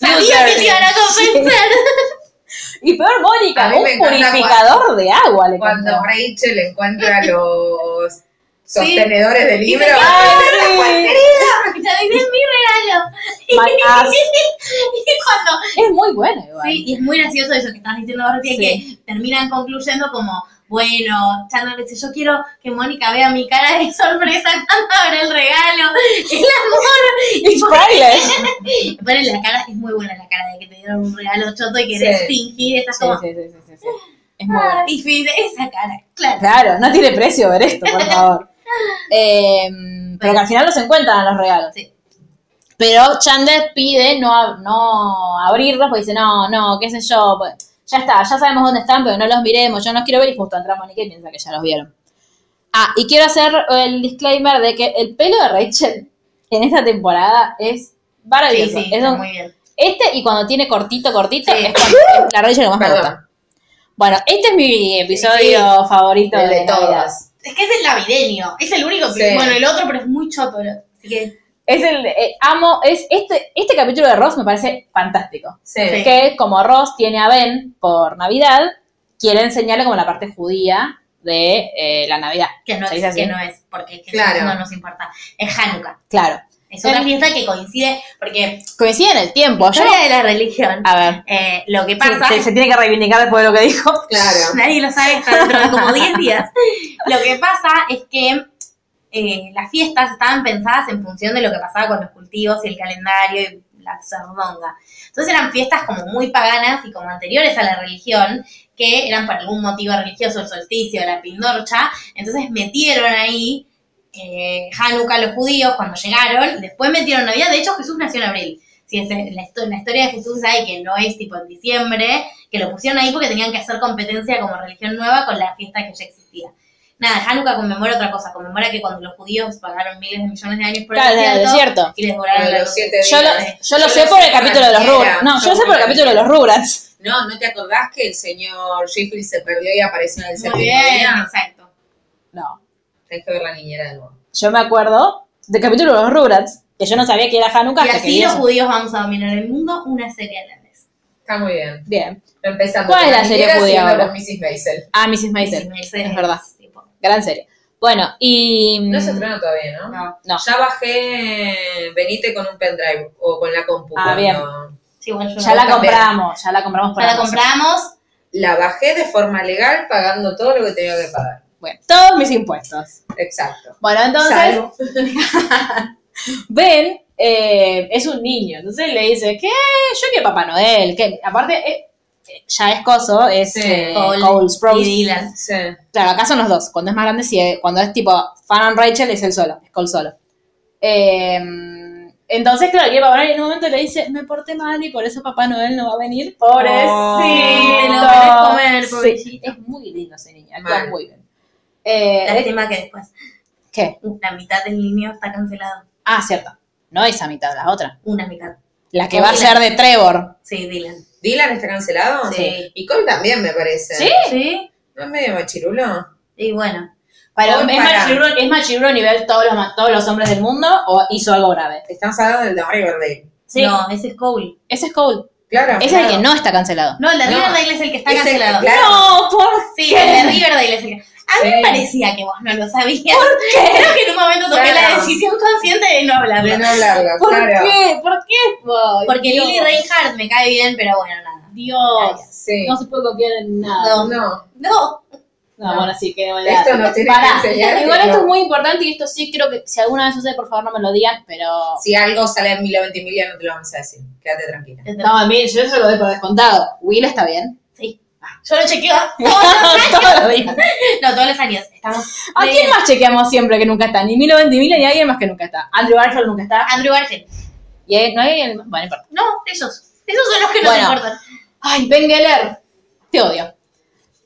Speaker 4: Sabía que
Speaker 2: loser.
Speaker 4: te iban a compensar.
Speaker 2: Y peor
Speaker 3: A
Speaker 2: Mónica,
Speaker 3: mí
Speaker 2: un
Speaker 3: me encanta
Speaker 2: purificador de agua le
Speaker 3: Cuando
Speaker 2: compró.
Speaker 3: Rachel encuentra los sostenedores del
Speaker 4: Y se
Speaker 3: libro.
Speaker 2: ¡Ay,
Speaker 4: Y te dice, es mi regalo.
Speaker 2: sí! My ass.
Speaker 4: Y cuando
Speaker 2: Es muy buena igual.
Speaker 4: Sí, y es muy gracioso eso que estabas diciendo, Barti,
Speaker 2: Sí.
Speaker 4: que terminan concluyendo como, bueno, Chandler dice, yo quiero que Mónica vea mi cara de sorpresa cuando abre el regalo, el amor.
Speaker 2: It's priceless.
Speaker 4: Y ponen la cara, es muy buena la cara de que te dieron un regalo choto y querés
Speaker 3: Sí.
Speaker 4: fingir, estás
Speaker 2: Sí,
Speaker 4: como,
Speaker 2: sí, sí, sí, sí, sí. Es muy buena.
Speaker 4: "Ah", y Phoebe dice, esa cara, claro.
Speaker 2: Claro, no tiene precio ver esto, por favor. Eh, pero que al final los encuentran los regalos.
Speaker 4: Sí.
Speaker 2: Pero Chandler pide no, ab- no abrirlos porque dice, no, no, qué sé yo. pues, Ya está, ya sabemos dónde están, pero no los miremos, yo no los quiero ver y justo entra Mónica y piensa que ya los vieron. Ah, y quiero hacer el disclaimer de que el pelo de Rachel en esta temporada es
Speaker 4: Sí,
Speaker 2: maravilloso.
Speaker 4: sí,
Speaker 2: Es
Speaker 4: está
Speaker 2: un-
Speaker 4: muy bien.
Speaker 2: este y cuando tiene cortito, cortito,
Speaker 4: Sí.
Speaker 2: es cuando- es la Rachel que más me
Speaker 3: Perdón.
Speaker 2: gusta. Bueno, este es mi episodio favorito
Speaker 3: El de
Speaker 2: Navidad.
Speaker 3: todas.
Speaker 4: Es que es el navideño, es el único,
Speaker 3: Sí.
Speaker 4: bueno, el otro, pero es muy choto. ¿no? Así que,
Speaker 2: Es el eh, amo, es este, este capítulo de Ross me parece fantástico.
Speaker 3: Sí.
Speaker 2: Que como Ross tiene a Ben por Navidad, quiere enseñarle como la parte judía de eh, la Navidad.
Speaker 4: que no
Speaker 2: ¿Se dice
Speaker 4: es,
Speaker 2: así?
Speaker 4: que no es, porque es que
Speaker 3: Claro.
Speaker 4: no nos importa. Es Hanukkah.
Speaker 2: Claro.
Speaker 4: Es otra
Speaker 2: En-
Speaker 4: fiesta que coincide, porque
Speaker 2: Coincide en el tiempo. Yo,
Speaker 4: historia de la religión.
Speaker 2: a ver,
Speaker 4: eh, lo que
Speaker 2: sí,
Speaker 4: pasa,
Speaker 2: se, se tiene que reivindicar después de lo que dijo.
Speaker 3: Claro.
Speaker 4: nadie lo sabe hasta dentro de como 10 días. Lo que pasa es que eh, las fiestas estaban pensadas en función de lo que pasaba con los cultivos y el calendario y la sardonga. Entonces eran fiestas como muy paganas y como anteriores a la religión, que eran por algún motivo religioso, el solsticio, la pindorcha. Entonces metieron ahí eh, Hanukkah los judíos cuando llegaron y después metieron Navidad. De hecho, Jesús nació en abril. Si es la, histo- la historia de Jesús hay que no es tipo en diciembre, que lo pusieron ahí porque tenían que hacer competencia como religión nueva con la fiesta que ya existía. Nada, Hanukkah conmemora otra cosa, conmemora que cuando los judíos pagaron miles de millones de años por
Speaker 2: Claro,
Speaker 4: el
Speaker 2: en el
Speaker 4: desierto,
Speaker 2: desierto.
Speaker 4: y les volaron
Speaker 3: Pero
Speaker 4: la
Speaker 3: los
Speaker 4: luz.
Speaker 3: siete días.
Speaker 2: Yo lo, yo lo sé por el capítulo de los
Speaker 3: cualquiera.
Speaker 2: Rugrats. No, yo lo sé por el capítulo de los Rugrats.
Speaker 3: No, ¿no te acordás que el señor Sheffield se perdió y apareció en el
Speaker 4: Muy
Speaker 3: séptimo
Speaker 4: bien,
Speaker 3: día?
Speaker 4: exacto.
Speaker 2: No.
Speaker 3: Tenés que ver la niñera de nuevo.
Speaker 2: Yo me acuerdo del capítulo de los Rugrats, que yo no sabía que era Hanukkah
Speaker 4: Y
Speaker 2: hasta que vi
Speaker 4: así los
Speaker 2: eso.
Speaker 4: judíos vamos a dominar el mundo una serie a la vez.
Speaker 3: Está muy bien.
Speaker 2: Bien.
Speaker 3: Empezando
Speaker 2: ¿Cuál
Speaker 3: con
Speaker 2: es la
Speaker 3: las
Speaker 2: serie
Speaker 3: niñeras y
Speaker 2: judía
Speaker 3: no
Speaker 2: ahora?
Speaker 3: con Mrs. Maisel.
Speaker 2: Ah, Mrs.
Speaker 4: Sí,
Speaker 2: Maisel.
Speaker 4: Mercedes,
Speaker 2: es verdad.
Speaker 4: tipo,
Speaker 2: Gran serie. Bueno, y... mm,
Speaker 3: No se estrenó todavía, ¿no?
Speaker 4: no.
Speaker 2: No.
Speaker 3: Ya bajé Benite con un pendrive o con la compu.
Speaker 2: Ah, bien.
Speaker 3: cuando-
Speaker 4: Sí, bueno, yo
Speaker 2: Ya
Speaker 4: no.
Speaker 2: la
Speaker 3: También.
Speaker 2: compramos, ya la compramos por
Speaker 4: Ya la
Speaker 2: Amazon.
Speaker 4: compramos.
Speaker 3: La bajé de forma legal pagando todo lo que tenía que pagar.
Speaker 2: Bueno, todos mis impuestos.
Speaker 3: Exacto.
Speaker 2: Bueno, entonces,
Speaker 3: Salvo-
Speaker 2: Ben eh, es un niño, entonces le dice, ¿qué? Yo quiero Papá Noel, que aparte eh, ya es coso, es
Speaker 3: Sí,
Speaker 2: eh,
Speaker 4: Cole
Speaker 2: Cole Sprouse.
Speaker 4: Y Dylan.
Speaker 3: Sí.
Speaker 2: Claro, acá son los dos, cuando es más grande, sí, eh, cuando es tipo Fan and Rachel es él solo, es Cole solo. Eh, entonces, claro, quiere Papá Noel y en un momento le dice, me porté mal y por eso Papá Noel no va a venir. Pobrecito.
Speaker 4: Te lo querés
Speaker 2: Oh.
Speaker 4: comer,
Speaker 2: Sí,
Speaker 4: pobrecito.
Speaker 2: es muy lindo ese niño, actúa
Speaker 3: Mal.
Speaker 2: muy bien. Eh,
Speaker 4: Lástima que después
Speaker 2: ¿Qué?
Speaker 4: la mitad del niño está cancelado.
Speaker 2: Ah, cierto. No esa mitad, la otra.
Speaker 4: Una mitad.
Speaker 2: La que va a ser de Trevor.
Speaker 4: Sí, Dylan.
Speaker 3: ¿Dylan está cancelado?
Speaker 4: Sí.
Speaker 3: Y Cole también, me parece.
Speaker 2: ¿Sí?
Speaker 4: Sí.
Speaker 3: ¿No es medio machirulo?
Speaker 4: Y bueno.
Speaker 2: Pero,
Speaker 3: Hoy
Speaker 2: ¿es,
Speaker 3: para-
Speaker 2: machiruro, ¿Es machiruro nivel todos los, ma- todos los hombres del mundo o hizo algo grave?
Speaker 3: Están salados del de Riverdale.
Speaker 2: Sí.
Speaker 4: No, ese es Cole.
Speaker 2: Ese es Cole.
Speaker 3: Claro.
Speaker 2: Ese es el que no está cancelado.
Speaker 4: No, el de
Speaker 3: No.
Speaker 4: Riverdale es el que está
Speaker 3: Ese-
Speaker 4: cancelado.
Speaker 3: claro.
Speaker 2: No, por
Speaker 4: Sí, el de Riverdale es el que. A mí
Speaker 3: Sí.
Speaker 4: me parecía que vos no lo sabías. ¿Por qué? Creo que en un momento tomé la
Speaker 3: Claro.
Speaker 4: decisión consciente de no hablarlo.
Speaker 3: De no hablarlo,
Speaker 2: ¿Por
Speaker 3: claro.
Speaker 2: qué? ¿Por qué? Ay,
Speaker 4: Porque
Speaker 2: Dios.
Speaker 4: Lily Reinhardt me cae bien, pero bueno, nada.
Speaker 2: Dios.
Speaker 3: Sí.
Speaker 2: No se puede confiar en nada.
Speaker 4: No.
Speaker 3: No.
Speaker 4: No.
Speaker 5: No, bueno, sí, que vale.
Speaker 3: Esto nos tiene
Speaker 2: Pará,
Speaker 3: que enseñar.
Speaker 2: igual
Speaker 3: que
Speaker 2: esto es
Speaker 3: no.
Speaker 2: muy importante y esto sí creo que si alguna vez sucede, por favor no me lo digan, pero
Speaker 3: Si algo sale en Milo Ventimiglia, no te lo vamos a decir. Quédate tranquila.
Speaker 5: No, a mí, yo eso lo doy por descontado. Will está bien.
Speaker 4: Ah, Yo lo chequeo todos los años.
Speaker 2: Todos los días.
Speaker 4: No, todos los años. Estamos.
Speaker 2: ¿A
Speaker 4: de-
Speaker 2: quién más chequeamos siempre que nunca está? Ni Milo Ventimiglia ni alguien más que nunca está. Andrew Garfield nunca está.
Speaker 4: Andrew Garfield.
Speaker 2: Ah, Y ahí no hay alguien más. Bueno, no importa.
Speaker 4: No, ellos. Esos son los que nos
Speaker 2: Bueno.
Speaker 4: importan.
Speaker 2: Ay, Ben Geller. Te odio.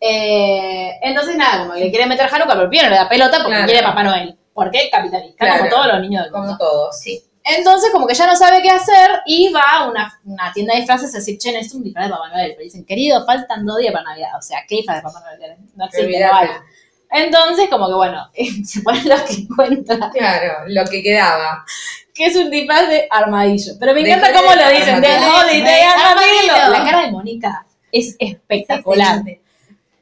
Speaker 5: Eh, entonces, nada, como
Speaker 2: Le
Speaker 5: que
Speaker 2: quiere meter Hanukkah, pero primero le da pelota porque
Speaker 3: Claro.
Speaker 2: quiere Papá Noel. Porque capitalista,
Speaker 3: Claro.
Speaker 2: como todos los niños del
Speaker 3: Como
Speaker 2: mundo.
Speaker 3: todos. Sí.
Speaker 2: Entonces, como que ya no sabe qué hacer y va a una, una tienda de disfraces a decir, che, es un disfraz de Papá Noel. Pero dicen, querido, faltan dos días para Navidad. O sea, ¿qué disfraz de Papá Noel? querés? No existe, no
Speaker 3: Olvídate.
Speaker 2: hay. Entonces, como que bueno, se pone lo que encuentra,
Speaker 3: Claro, lo que quedaba.
Speaker 2: que es un disfraz de armadillo. Pero me
Speaker 3: De
Speaker 2: encanta cómo lo
Speaker 3: holiday
Speaker 2: dicen, de
Speaker 3: armadillo.
Speaker 2: holiday
Speaker 4: Armadillo.
Speaker 2: armadillo. La cara de Mónica es espectacular.
Speaker 4: Excelente.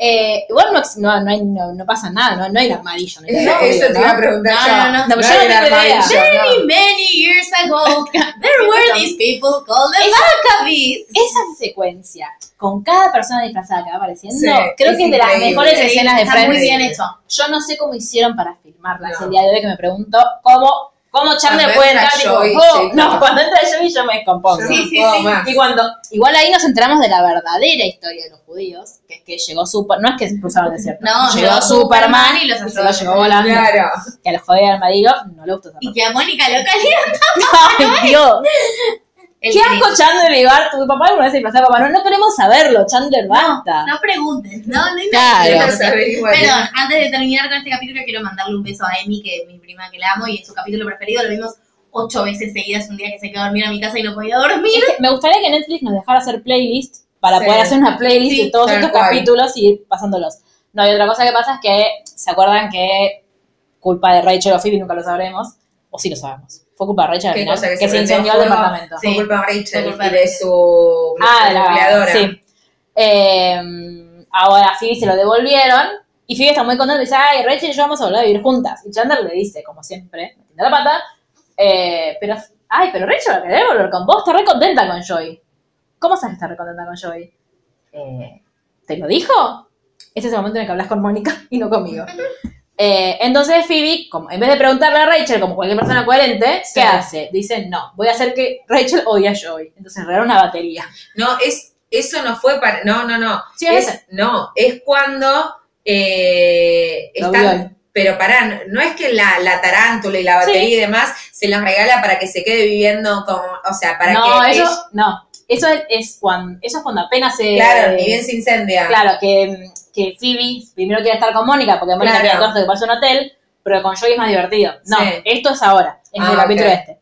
Speaker 2: Eh, igual no, ex- no, no, hay- no, no pasa nada, no, no hay armadillo. No hay
Speaker 3: Eso
Speaker 2: armadillo,
Speaker 3: te iba a
Speaker 2: ¿no?
Speaker 3: preguntar
Speaker 4: No,
Speaker 3: yo.
Speaker 4: no, no.
Speaker 2: No, pues yo no
Speaker 3: era
Speaker 2: tengo idea.
Speaker 3: armadillo, no.
Speaker 4: Many, many years ago, there were these people called the Maccabees.
Speaker 2: Esa secuencia, con cada persona disfrazada que va apareciendo,
Speaker 3: Sí,
Speaker 2: creo
Speaker 3: es
Speaker 2: que es de las
Speaker 3: increíble.
Speaker 2: mejores escenas de
Speaker 4: Está muy
Speaker 2: Friends.
Speaker 4: bien hecho.
Speaker 2: Yo no sé cómo hicieron para filmarlas
Speaker 3: No.
Speaker 2: el día de hoy, que me pregunto cómo, cómo Chandler
Speaker 3: Cuando
Speaker 2: puede
Speaker 3: entra
Speaker 2: entrar tipo,
Speaker 3: Joey,
Speaker 2: oh,
Speaker 3: sí,
Speaker 2: no,
Speaker 3: no.
Speaker 2: cuando entra Joey yo me descompongo.
Speaker 3: Yo no
Speaker 4: Sí, sí,
Speaker 3: puedo
Speaker 4: sí.
Speaker 3: más.
Speaker 2: Y cuando, igual ahí nos enteramos de la verdadera historia de los judíos, que es que llegó Super, no es que cruzaron el desierto,
Speaker 4: No,
Speaker 2: llegó,
Speaker 4: llegó
Speaker 2: Superman
Speaker 4: Superman y los
Speaker 2: se
Speaker 4: ayudó.
Speaker 2: lo llevó volando.
Speaker 3: Claro.
Speaker 2: Que a los jodidos de armadillo no le gusta esa
Speaker 4: Y que a Mónica lo calienta.
Speaker 2: parte. ¡Ay, Dios!
Speaker 4: El
Speaker 2: ¿Qué
Speaker 4: grito.
Speaker 2: asco Chandler y Bart? Tu papá alguna vez se disfrazaba de Papá Noel. No queremos saberlo, Chandler, basta.
Speaker 4: No preguntes, no, no
Speaker 2: Claro.
Speaker 4: no
Speaker 3: Quiero saber igual.
Speaker 4: Perdón, antes de terminar con este capítulo, quiero mandarle un beso a Emi, que es mi prima que la amo y es su capítulo preferido. Lo vimos ocho veces seguidas un día que se quedó a dormir a mi casa y no podía dormir.
Speaker 2: Es que me gustaría que Netflix nos dejara hacer playlist para
Speaker 3: Sí.
Speaker 2: poder hacer una playlist
Speaker 4: Sí,
Speaker 2: de todos
Speaker 3: tal
Speaker 2: estos
Speaker 3: cual.
Speaker 2: capítulos y ir pasándolos. No, y otra cosa que pasa es que, ¿se acuerdan que culpa de Rachel o Phoebe nunca lo sabremos? O sí lo sabemos. Fue culpa de Rachel al
Speaker 3: ¿Qué
Speaker 2: final,
Speaker 3: cosa que
Speaker 2: que,
Speaker 3: se
Speaker 2: se
Speaker 3: prendió
Speaker 2: incendió el
Speaker 3: fuego?
Speaker 2: departamento.
Speaker 3: Fue
Speaker 4: Sí.
Speaker 3: culpa de Rachel
Speaker 4: Fue culpa
Speaker 3: y
Speaker 4: de
Speaker 3: de su
Speaker 2: Ah, de la
Speaker 3: empleadora.
Speaker 2: Sí. Eh, ahora Phoebe se lo devolvieron y Phoebe está muy contenta y dice, ay, Rachel y yo vamos a volver a vivir juntas. Y Chandler le dice, como siempre, metiendo la pata, eh, pero, ay, pero Rachel va a querer volver con vos, está re contenta con Joy. ¿Cómo sabes que está re contenta con Joy? Eh, ¿Te lo dijo? Este es el momento en el que hablas con Mónica y no conmigo. Eh, entonces Phoebe, como, en vez de preguntarle a Rachel, como cualquier persona coherente,
Speaker 3: Sí.
Speaker 2: ¿qué hace? Dice, no, voy a hacer que Rachel odie a Joy. Entonces regala una batería.
Speaker 3: No, es, eso no fue para. No, no, no.
Speaker 2: Sí, es
Speaker 3: Es-
Speaker 2: ese.
Speaker 3: no, es cuando eh,
Speaker 2: Lo
Speaker 3: están-
Speaker 2: vio él.
Speaker 3: Pero pará, no- no es que la, la tarántula y la batería y demás se los regala para que se quede viviendo con. O sea, para
Speaker 2: no,
Speaker 3: que.
Speaker 2: eso,
Speaker 3: ella-
Speaker 2: no, eso es, es cuando, eso es cuando apenas se...
Speaker 3: claro, ni bien se incendia.
Speaker 2: Eh, Claro, que, que Phoebe primero quiere estar con Mónica, porque Mónica
Speaker 3: Claro.
Speaker 2: quiere acostarse que pase un hotel, pero con Joey es más divertido. No,
Speaker 3: Sí.
Speaker 2: esto es ahora, es
Speaker 3: Ah,
Speaker 2: el capítulo
Speaker 3: ok.
Speaker 2: este.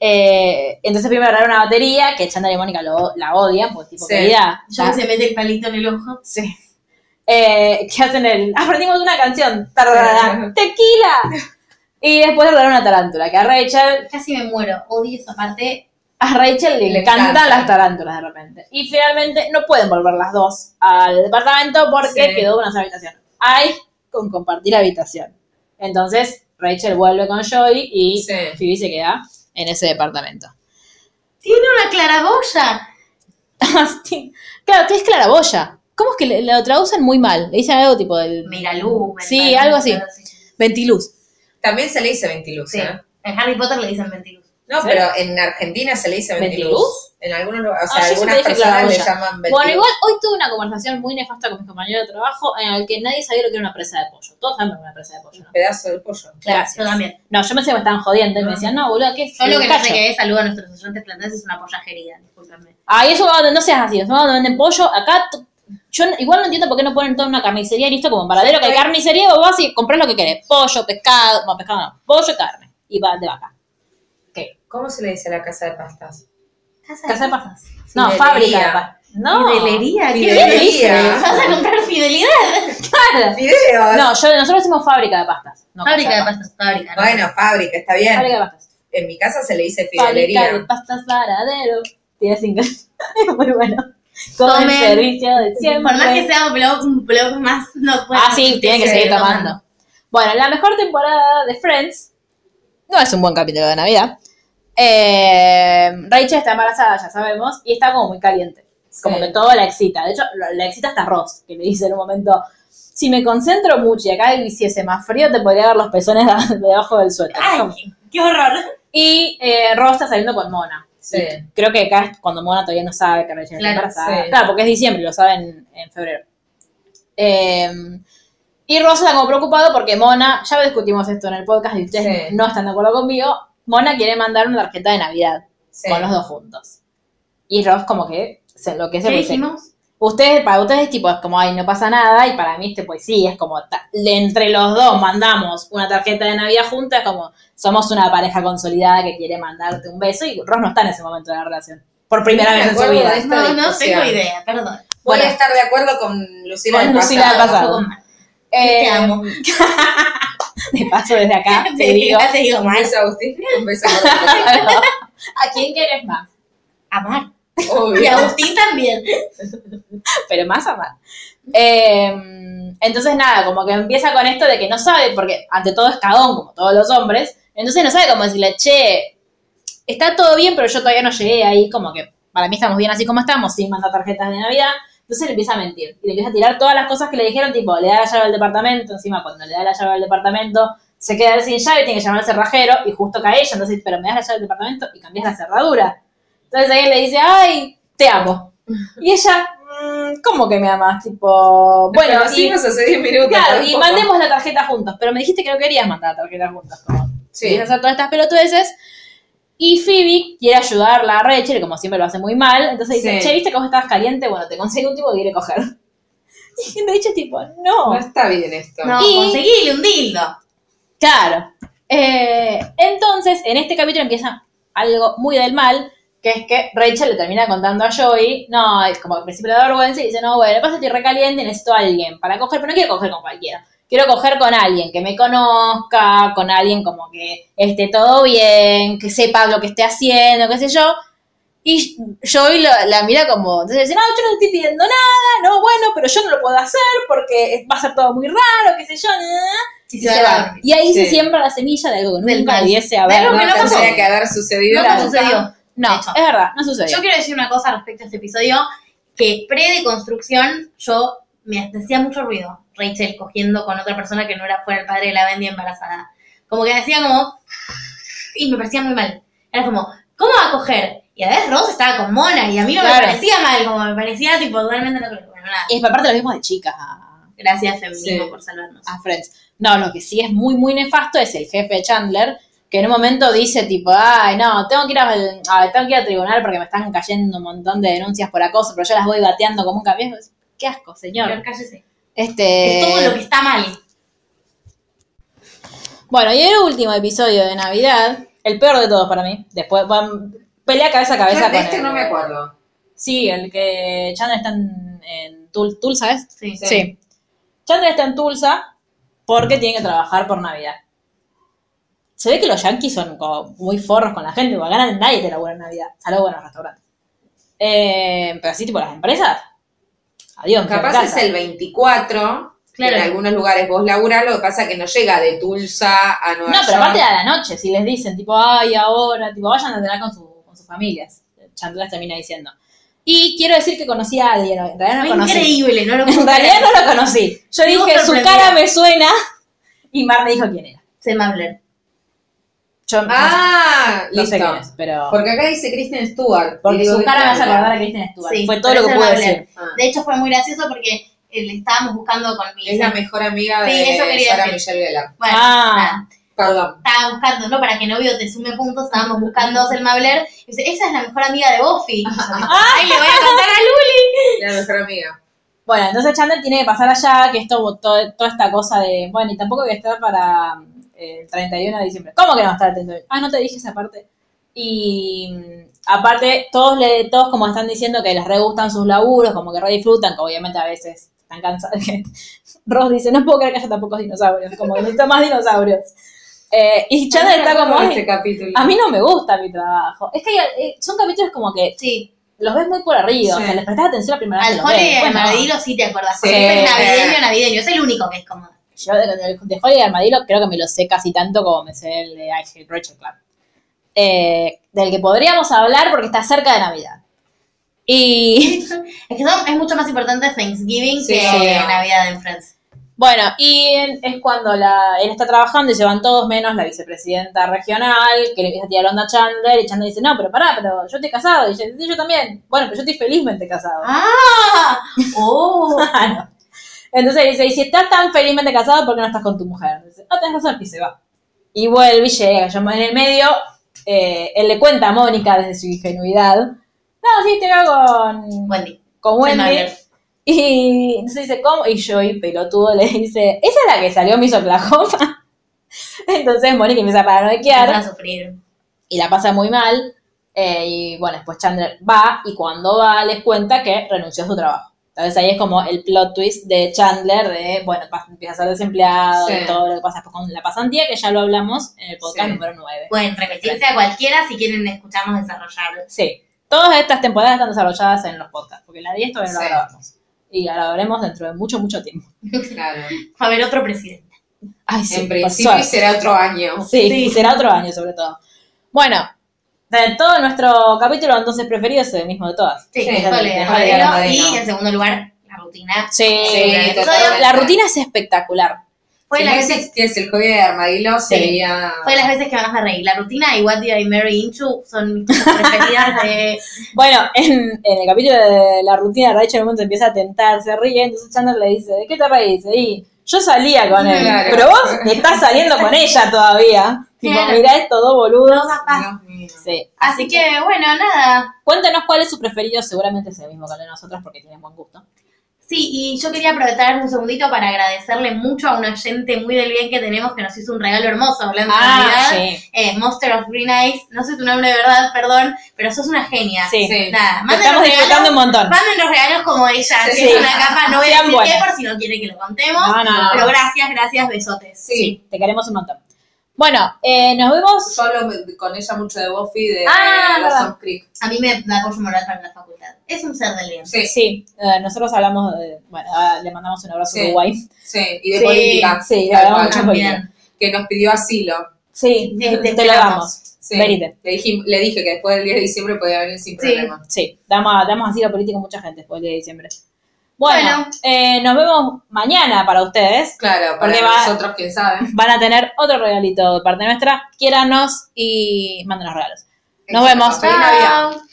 Speaker 2: Eh, entonces primero agarrar una batería, que Chandler y Mónica lo- la odian, pues tipo,
Speaker 3: Sí.
Speaker 2: querida,
Speaker 4: Yo que
Speaker 2: ya-
Speaker 4: se mete el palito en el ojo.
Speaker 2: sí. Eh, que hacen el, aprendimos una canción, tararara, tequila. Y después dar una tarántula, que a Rachel
Speaker 4: Casi me muero. Odio esa parte.
Speaker 2: A Rachel le,
Speaker 3: Le
Speaker 2: encantan
Speaker 3: encanta.
Speaker 2: las tarántulas de repente. Y finalmente no pueden volver las dos al departamento porque
Speaker 3: Sí.
Speaker 2: quedó una sola habitación. Hay con compartir habitación. Entonces Rachel vuelve con Joey y
Speaker 3: Sí.
Speaker 2: Phoebe se queda en ese departamento.
Speaker 4: Tiene una claraboya.
Speaker 2: claro, que es claraboya. ¿Cómo es que le- lo traducen muy mal? Le dicen algo tipo del
Speaker 4: Mira luz.
Speaker 2: Sí, algo así. ventiluz.
Speaker 3: También se le dice ventiluz.
Speaker 4: Sí.
Speaker 3: ¿eh?
Speaker 4: En Harry Potter le dicen mentirus.
Speaker 3: No,
Speaker 2: ¿Sí?
Speaker 3: pero en Argentina se le dice ventiluz.
Speaker 2: ¿Ventiluz?
Speaker 3: En algunos lugares. O
Speaker 2: Ah,
Speaker 3: sea,
Speaker 2: yo
Speaker 3: algunas
Speaker 2: siempre dije
Speaker 3: personas le
Speaker 2: claraboya.
Speaker 3: llaman ventiluz.
Speaker 2: Bueno, igual hoy tuve una conversación muy nefasta con mis compañeros de trabajo en el que nadie sabía lo que era una presa de pollo. Todos saben lo que es una presa de pollo, ¿no?
Speaker 3: Pedazo de pollo.
Speaker 2: Gracias.
Speaker 4: Yo también.
Speaker 2: No, yo pensé que me estaban jodiendo y me decían, no, boludo, ¿qué es?
Speaker 4: Yo lo Ah. que no sé
Speaker 2: Cacho.
Speaker 4: que es, saludo a nuestros oyentes planteados, es una pollajería. Discúlpenme.
Speaker 2: Ahí eso va donde no seas así, eso va donde venden pollo. Acá, t- yo n- igual no entiendo por qué no ponen toda una carnicería listo como un paradero, que hay carnicería, vos vas y compras lo que querés. Pollo, pescado, no, pescado no, pollo, carne. Y va de vaca.
Speaker 3: ¿Cómo se le dice a la casa de pastas?
Speaker 2: Casa de pastas. No,
Speaker 3: Fidería.
Speaker 2: fábrica de pastas. No.
Speaker 4: Fidelería. ¿Qué
Speaker 3: Fidelería.
Speaker 4: bien dice? ¿Vas a comprar fidelidad?
Speaker 2: Claro.
Speaker 3: ¡Fideos!
Speaker 2: No, yo, nosotros decimos fábrica de pastas. no
Speaker 4: Fábrica
Speaker 2: casa
Speaker 4: de pastas. Fábrica. ¿no?
Speaker 3: Bueno, fábrica, está bien.
Speaker 2: Fábrica de pastas.
Speaker 3: En mi casa se le dice
Speaker 2: Fábrica de
Speaker 3: fidelería.
Speaker 2: pastas paradero. Tiene cinco. Es muy bueno. Todo el
Speaker 4: Tomen.
Speaker 2: servicio de siempre.
Speaker 4: Por más que sea un blog, un blog más no puede.
Speaker 2: Ah, sí, tiene que
Speaker 3: sí,
Speaker 2: seguir tomando. Bueno, la mejor temporada de Friends no es un buen capítulo de Navidad. Eh, Rachel está embarazada, ya sabemos, y está como muy caliente. Como
Speaker 3: Sí.
Speaker 2: que todo la excita. De hecho, lo- la excita hasta Ross, que le dice en un momento, si me concentro mucho y acá hiciese más frío, te podría ver los pezones de- debajo del suéter.
Speaker 4: Ah,
Speaker 2: Como-
Speaker 4: ¡Ay, qué horror!
Speaker 2: Y eh, Ross está saliendo con Mona.
Speaker 6: Sí.
Speaker 2: Y Creo que acá es cuando Mona todavía no sabe que Rachel está
Speaker 4: Claro,
Speaker 2: embarazada.
Speaker 6: sí.
Speaker 2: Claro, porque es diciembre, lo saben en febrero. Eh, y Ross está como preocupado porque Mona, ya discutimos esto en el podcast y ustedes
Speaker 6: Sí.
Speaker 2: no están de acuerdo conmigo, Mona quiere mandar una tarjeta de Navidad
Speaker 6: Sí.
Speaker 2: con los dos juntos. Y Ross como que se enloquece.
Speaker 4: ¿Qué
Speaker 2: porque dice,
Speaker 4: dijimos?
Speaker 2: Ustedes, para ustedes es tipo, es como, ay, no pasa nada, y para mí este, pues sí, es como, ta- le- entre los dos mandamos una tarjeta de Navidad juntas, como, somos una pareja consolidada que quiere mandarte un beso, y Ross no está en ese momento de la relación, por primera
Speaker 3: No me
Speaker 2: vez en su
Speaker 3: acuerdo
Speaker 2: vida.
Speaker 3: de esta
Speaker 4: No, no
Speaker 3: discusión.
Speaker 4: tengo idea, perdón.
Speaker 3: Voy
Speaker 2: Bueno.
Speaker 3: a estar de acuerdo con Lucila
Speaker 2: Con
Speaker 3: del
Speaker 2: Lucila del
Speaker 3: pasado.
Speaker 2: pasado.
Speaker 4: Un poco mal.
Speaker 2: Eh,
Speaker 4: Te amo.
Speaker 2: De paso, desde acá, te
Speaker 4: Te
Speaker 2: digo,
Speaker 4: digo, te digo
Speaker 3: Un
Speaker 4: mal.
Speaker 3: beso a Agustín y un beso a
Speaker 2: ¿a quién querés más?
Speaker 4: Amar.
Speaker 3: Agustín.
Speaker 4: Y
Speaker 3: Obvio.
Speaker 4: Agustín también.
Speaker 2: pero más a más. Eh, entonces, nada, como que empieza con esto de que no sabe, porque ante todo es cagón, como todos los hombres, entonces no sabe cómo decirle, che, está todo bien, pero yo todavía no llegué ahí, como que para mí estamos bien así como estamos, sin mandar tarjetas de Navidad. Entonces le empieza a mentir y le empieza a tirar todas las cosas que le dijeron, tipo, le da la llave al departamento, encima cuando le da la llave al departamento, se queda él sin llave, tiene que llamar al cerrajero y justo cae ella, entonces, pero me das la llave del departamento y cambias la cerradura. Entonces ahí él le dice, ay, te amo. Y ella, "Mm, ¿cómo que me amas? Tipo, bueno,
Speaker 3: Nos
Speaker 2: y,
Speaker 3: conocimos hace 10 minutos.
Speaker 2: claro, y
Speaker 3: tampoco.
Speaker 2: mandemos la tarjeta juntos, pero me dijiste que no querías mandar la tarjeta juntos. Como,
Speaker 3: Sí.
Speaker 2: empieza a hacer todas estas pelotudeces. Y Phoebe quiere ayudarla a Rachel, como siempre lo hace muy mal. Entonces dice,
Speaker 3: Sí.
Speaker 2: che, ¿viste cómo estabas caliente? Bueno, te conseguí un tipo que quiere coger. Y Rachel es tipo,
Speaker 3: No
Speaker 2: no.
Speaker 3: está bien esto.
Speaker 4: No,
Speaker 2: Y-
Speaker 4: conseguíle un dildo.
Speaker 2: Claro. Eh, entonces, en este capítulo empieza algo muy del mal, que es que Rachel le termina contando a Joey, no, es como que al principio le da vergüenza y dice, no, bueno, pasa que estoy recaliente, necesito a alguien para coger, pero no quiero coger con cualquiera. Quiero coger con alguien que me conozca, con alguien como que esté todo bien, que sepa lo que esté haciendo, qué sé yo. Y Joey lo- la mira como, entonces dice, no, yo no te estoy pidiendo nada, no, bueno, pero yo no lo puedo hacer porque es- va a ser todo muy raro, qué sé yo. ¿eh?
Speaker 4: Si
Speaker 2: Y se van. Y ahí se
Speaker 3: Sí.
Speaker 2: siembra la semilla de algo que
Speaker 4: Del
Speaker 2: nunca
Speaker 4: mal.
Speaker 2: debiese
Speaker 4: De
Speaker 2: haber.
Speaker 4: algo que no pasó.
Speaker 3: tendría que haber sucedido.
Speaker 4: Nunca
Speaker 2: Claro.
Speaker 4: sucedió.
Speaker 2: No,
Speaker 4: De hecho.
Speaker 2: es verdad, no sucedió.
Speaker 4: Yo quiero decir una cosa respecto a este episodio, que pre-deconstrucción yo me hacía mucho ruido Rachel cogiendo con otra persona que no era fuera el padre de la Bendy embarazada. Como que hacía como... Y me parecía muy mal. Era como, ¿cómo va a coger? Y a ver, Ross estaba con Mona y a mí no
Speaker 2: Claro.
Speaker 4: me parecía mal, como me parecía tipo totalmente natural. Bueno, nada.
Speaker 2: Y aparte lo mismo de chicas a,
Speaker 4: Gracias feminismo
Speaker 3: Sí.
Speaker 4: por salvarnos. Ah,
Speaker 2: a Friends. No, lo que sí es muy, muy nefasto es el jefe de Chandler, que en un momento dice tipo, ay, no, tengo que ir a, a- tengo que ir a tribunal porque me están cayendo un montón de denuncias por acoso, pero yo las voy bateando como un camión. Qué asco,
Speaker 4: Pero
Speaker 2: señor.
Speaker 4: cállese.
Speaker 2: Este...
Speaker 4: Es todo lo que está mal.
Speaker 2: Bueno, y el último episodio de Navidad, el peor de todos para mí. Después van, pelea cabeza a cabeza
Speaker 3: Yo de
Speaker 2: con
Speaker 3: este
Speaker 2: el-
Speaker 3: no me acuerdo.
Speaker 2: Sí, el que Chandler está en, en Tul- Tulsa, ¿es?
Speaker 4: Sí.
Speaker 2: Sí. Chandler está en Tulsa porque tiene que trabajar por Navidad. Se ve que los yankees son como muy forros con la gente, porque ganan nadie te labura en Navidad, salvo en los restaurantes. Eh, pero así, tipo, las empresas, adiós. me fui a
Speaker 3: Capaz
Speaker 2: mi
Speaker 3: es
Speaker 2: casa.
Speaker 3: el 24. que
Speaker 4: Claro.
Speaker 3: En algunos lugares vos laburás, lo que pasa es que no llega de Tulsa a Nueva
Speaker 2: No, pero
Speaker 3: York.
Speaker 2: aparte a la noche, si les dicen, tipo, ay, ahora, tipo, vayan a cenar con, su- con sus familias. Chandler termina diciendo. Y quiero decir que conocí a alguien, en realidad no
Speaker 4: Fue
Speaker 2: conocí.
Speaker 4: increíble, no lo puedo
Speaker 2: En realidad
Speaker 4: creer.
Speaker 2: no lo conocí. Yo
Speaker 4: Sigo
Speaker 2: dije, su
Speaker 4: sorprendida.
Speaker 2: cara me suena. Y Mar me dijo quién era.
Speaker 4: Se me hablan.
Speaker 2: Yo no-
Speaker 3: Ah,
Speaker 2: no, sé
Speaker 3: listo.
Speaker 2: quién es, pero.
Speaker 3: Porque acá dice Kristen Stewart.
Speaker 2: Porque
Speaker 3: Y digo,
Speaker 2: su cara me hace
Speaker 3: ¿qué
Speaker 2: acordar a Kristen Stewart.
Speaker 4: Sí,
Speaker 2: Fue todo lo que
Speaker 4: parece
Speaker 2: pude
Speaker 4: amable.
Speaker 2: decir.
Speaker 3: Ah,
Speaker 4: De hecho, fue muy gracioso porque eh, le estábamos buscando con mi.
Speaker 3: Es la mejor amiga
Speaker 4: Sí,
Speaker 3: de
Speaker 4: eso quería
Speaker 3: Sarah
Speaker 4: decir.
Speaker 3: Michelle Gellar.
Speaker 4: Bueno,
Speaker 2: Ah.
Speaker 4: nada,
Speaker 3: Perdón.
Speaker 4: estaba buscando, ¿no? Para que novio te sume puntos, estábamos buscando Selma Blair. Y dice, esa es la mejor amiga de Buffy. Y yo, Ay, le voy a contar a Luli.
Speaker 3: La mejor amiga.
Speaker 2: Bueno, entonces Chandler tiene que pasar allá, que esto, todo- toda esta cosa de. Bueno, y tampoco voy a estar para eh, el 31 de diciembre. ¿Cómo que no va a estar el 31? Ah, no te dije esa parte. Y mm, aparte, todos le, todos como están diciendo que les re gustan sus laburos, como que re disfrutan, que obviamente a veces están cansados. Ross dice, no puedo creer que haya tan pocos dinosaurios, como que necesito más dinosaurios. Eh, y Chandler está como,
Speaker 3: en
Speaker 2: "Ay,
Speaker 3: este capítulo.
Speaker 2: a mí no me gusta mi trabajo. Es que hay- eh, son capítulos como que
Speaker 4: Sí,
Speaker 2: los ves muy por arriba,
Speaker 3: Sí.
Speaker 2: o sea, les prestás atención la primera vez que
Speaker 4: al
Speaker 2: los
Speaker 4: Jorge y
Speaker 2: ves.
Speaker 4: al
Speaker 2: Bueno,
Speaker 4: Maradilo sí te acordás.
Speaker 3: Sí.
Speaker 4: Porque es navideño, navideño. Es el único que es como.
Speaker 2: Yo de, de, de Holly y Armadillo creo que me lo sé casi tanto como me sé el de I Hate Rachel Club. Eh, del que podríamos hablar porque está cerca de Navidad. Y
Speaker 4: Es que son- es mucho más importante Thanksgiving
Speaker 3: Sí,
Speaker 4: que
Speaker 3: obvio.
Speaker 4: Navidad en Friends.
Speaker 2: Bueno, y en- es cuando la, él está trabajando y se van todos menos la vicepresidenta regional, que le empieza a tirar onda a Chandler, y Chandler dice, no, pero pará, pero yo estoy casado. Y ella dice, "Sí, yo también. Bueno, pero yo estoy felizmente casado.
Speaker 4: ¡Ah! ¡Oh!
Speaker 2: Claro. Ah, Entonces dice, y si estás tan felizmente casado, ¿por qué no estás con tu mujer? Dice, ah, tenés razón, y se va. Y vuelve y llega. Yo- en el medio, eh, él le cuenta a Mónica desde su ingenuidad. No, sí, te con,
Speaker 4: Wendy.
Speaker 2: con Wendy.
Speaker 4: Mayer.
Speaker 2: Y entonces dice, ¿cómo? Y Joey, pelotudo, le dice, ¿esa es la que salió Miss Oklahoma? Entonces Mónica empieza a
Speaker 4: Van a
Speaker 2: paranoiquear
Speaker 4: sufrir.
Speaker 2: y la pasa muy mal. Eh, y bueno, después Chandler va y cuando va les cuenta que renunció a su trabajo. Entonces ahí es como el plot twist de Chandler de, bueno, pas- empieza a ser desempleado
Speaker 3: Sí.
Speaker 2: y todo lo que pasa después con la pasantía, que ya lo hablamos en el podcast
Speaker 3: Sí.
Speaker 2: número 9.
Speaker 4: Pueden repetirse a cualquiera si quieren escucharnos desarrollar.
Speaker 2: Sí. Todas estas temporadas están desarrolladas en los podcasts, porque la 10 todavía no la
Speaker 3: Sí.
Speaker 2: grabamos. Y la grabaremos dentro de mucho, mucho tiempo.
Speaker 3: Claro.
Speaker 4: Va a haber otro presidente.
Speaker 2: Ay, sí, por
Speaker 3: en principio
Speaker 2: suerte.
Speaker 3: será otro año.
Speaker 2: Sí, será otro año sobre todo. Bueno, de todo nuestro capítulo entonces preferido es el mismo de todas.
Speaker 4: Sí,
Speaker 3: Sí,
Speaker 4: eso
Speaker 3: vale, vale,
Speaker 4: le- modelo.
Speaker 3: vale,
Speaker 4: Y
Speaker 3: no.
Speaker 4: en segundo lugar, la rutina.
Speaker 2: Sí,
Speaker 3: Sí,
Speaker 2: la-
Speaker 3: totalmente.
Speaker 2: la rutina es espectacular.
Speaker 4: Fue,
Speaker 3: si
Speaker 4: de
Speaker 3: no
Speaker 4: las veces,
Speaker 3: existiese el hobby de armadillo,
Speaker 2: Sí.
Speaker 3: sería...
Speaker 4: fue de las veces que más me reí. La rutina y What Did I Marry Into son mis cosas preferidas de...
Speaker 2: Bueno, en, en el capítulo de la rutina, Rachel en un momento empieza a tentar, se ríe, entonces Chandler le dice, ¿de qué te reís? Y yo salía con él,
Speaker 3: Claro.
Speaker 2: pero vos estás saliendo con ella todavía. Tipo,
Speaker 4: Claro.
Speaker 2: mirá estos dos boludos.
Speaker 3: Dios mío.
Speaker 2: Sí.
Speaker 4: Así que, bueno, nada.
Speaker 2: Cuéntanos cuál es su preferido, seguramente es el mismo que el de nosotras porque tienen buen gusto.
Speaker 4: Sí, y yo quería aprovechar un segundito para agradecerle mucho a una gente muy del bien que tenemos que nos hizo un regalo hermoso hablando de Navidad.
Speaker 2: Ah, sí.
Speaker 4: Eh, Monster of Green Eyes, no sé tu nombre de verdad, perdón, pero sos una genia.
Speaker 2: Sí.
Speaker 3: Sí.
Speaker 4: Nada,
Speaker 2: Lo
Speaker 4: manden
Speaker 2: estamos
Speaker 4: los
Speaker 2: disfrutando
Speaker 4: regalos.
Speaker 2: un montón.
Speaker 4: Manden los regalos como ella, que
Speaker 2: Sí.
Speaker 4: es una capa, no voy a
Speaker 2: Sean
Speaker 4: decir qué
Speaker 2: buenas.
Speaker 4: por si no quiere que lo contemos.
Speaker 2: No, no, no.
Speaker 4: Pero gracias, gracias, besotes.
Speaker 3: Sí.
Speaker 2: Te queremos un montón. Bueno, eh, nos vemos.
Speaker 3: Yo hablo con ella mucho de Buffy, de
Speaker 2: Ah,
Speaker 3: de
Speaker 2: verdad.
Speaker 3: Dawson's Creek.
Speaker 4: A mí me da apoyo moral para la facultad. Es un ser de león.
Speaker 3: Sí, sí.
Speaker 2: Sí, eh, nosotros hablamos, de, bueno, ah, le mandamos un abrazo a
Speaker 3: Sí.
Speaker 2: Uruguay.
Speaker 3: Y de
Speaker 2: Sí,
Speaker 3: política.
Speaker 2: sí,
Speaker 3: tal
Speaker 2: hablamos
Speaker 3: cual,
Speaker 2: mucho.
Speaker 4: También.
Speaker 3: Que nos pidió asilo.
Speaker 2: Sí,
Speaker 4: Te-
Speaker 2: te,
Speaker 4: te
Speaker 2: lo
Speaker 4: esperamos.
Speaker 2: damos.
Speaker 3: Sí.
Speaker 2: Verite.
Speaker 3: Le, dijim- le dije que después del 10 de diciembre podía venir sin
Speaker 4: Sí.
Speaker 3: problema.
Speaker 2: Sí, damos, damos asilo político a mucha gente después del 10 de diciembre. Bueno,
Speaker 4: Bueno.
Speaker 2: eh, nos vemos mañana para ustedes.
Speaker 3: Claro, para
Speaker 2: Porque va-
Speaker 3: nosotros, quién sabe.
Speaker 2: Van a tener otro regalito de parte nuestra. Quiéranos y mándenos regalos. Nos
Speaker 3: Exacto.
Speaker 2: vemos.
Speaker 3: Feliz Navidad.
Speaker 4: Chao.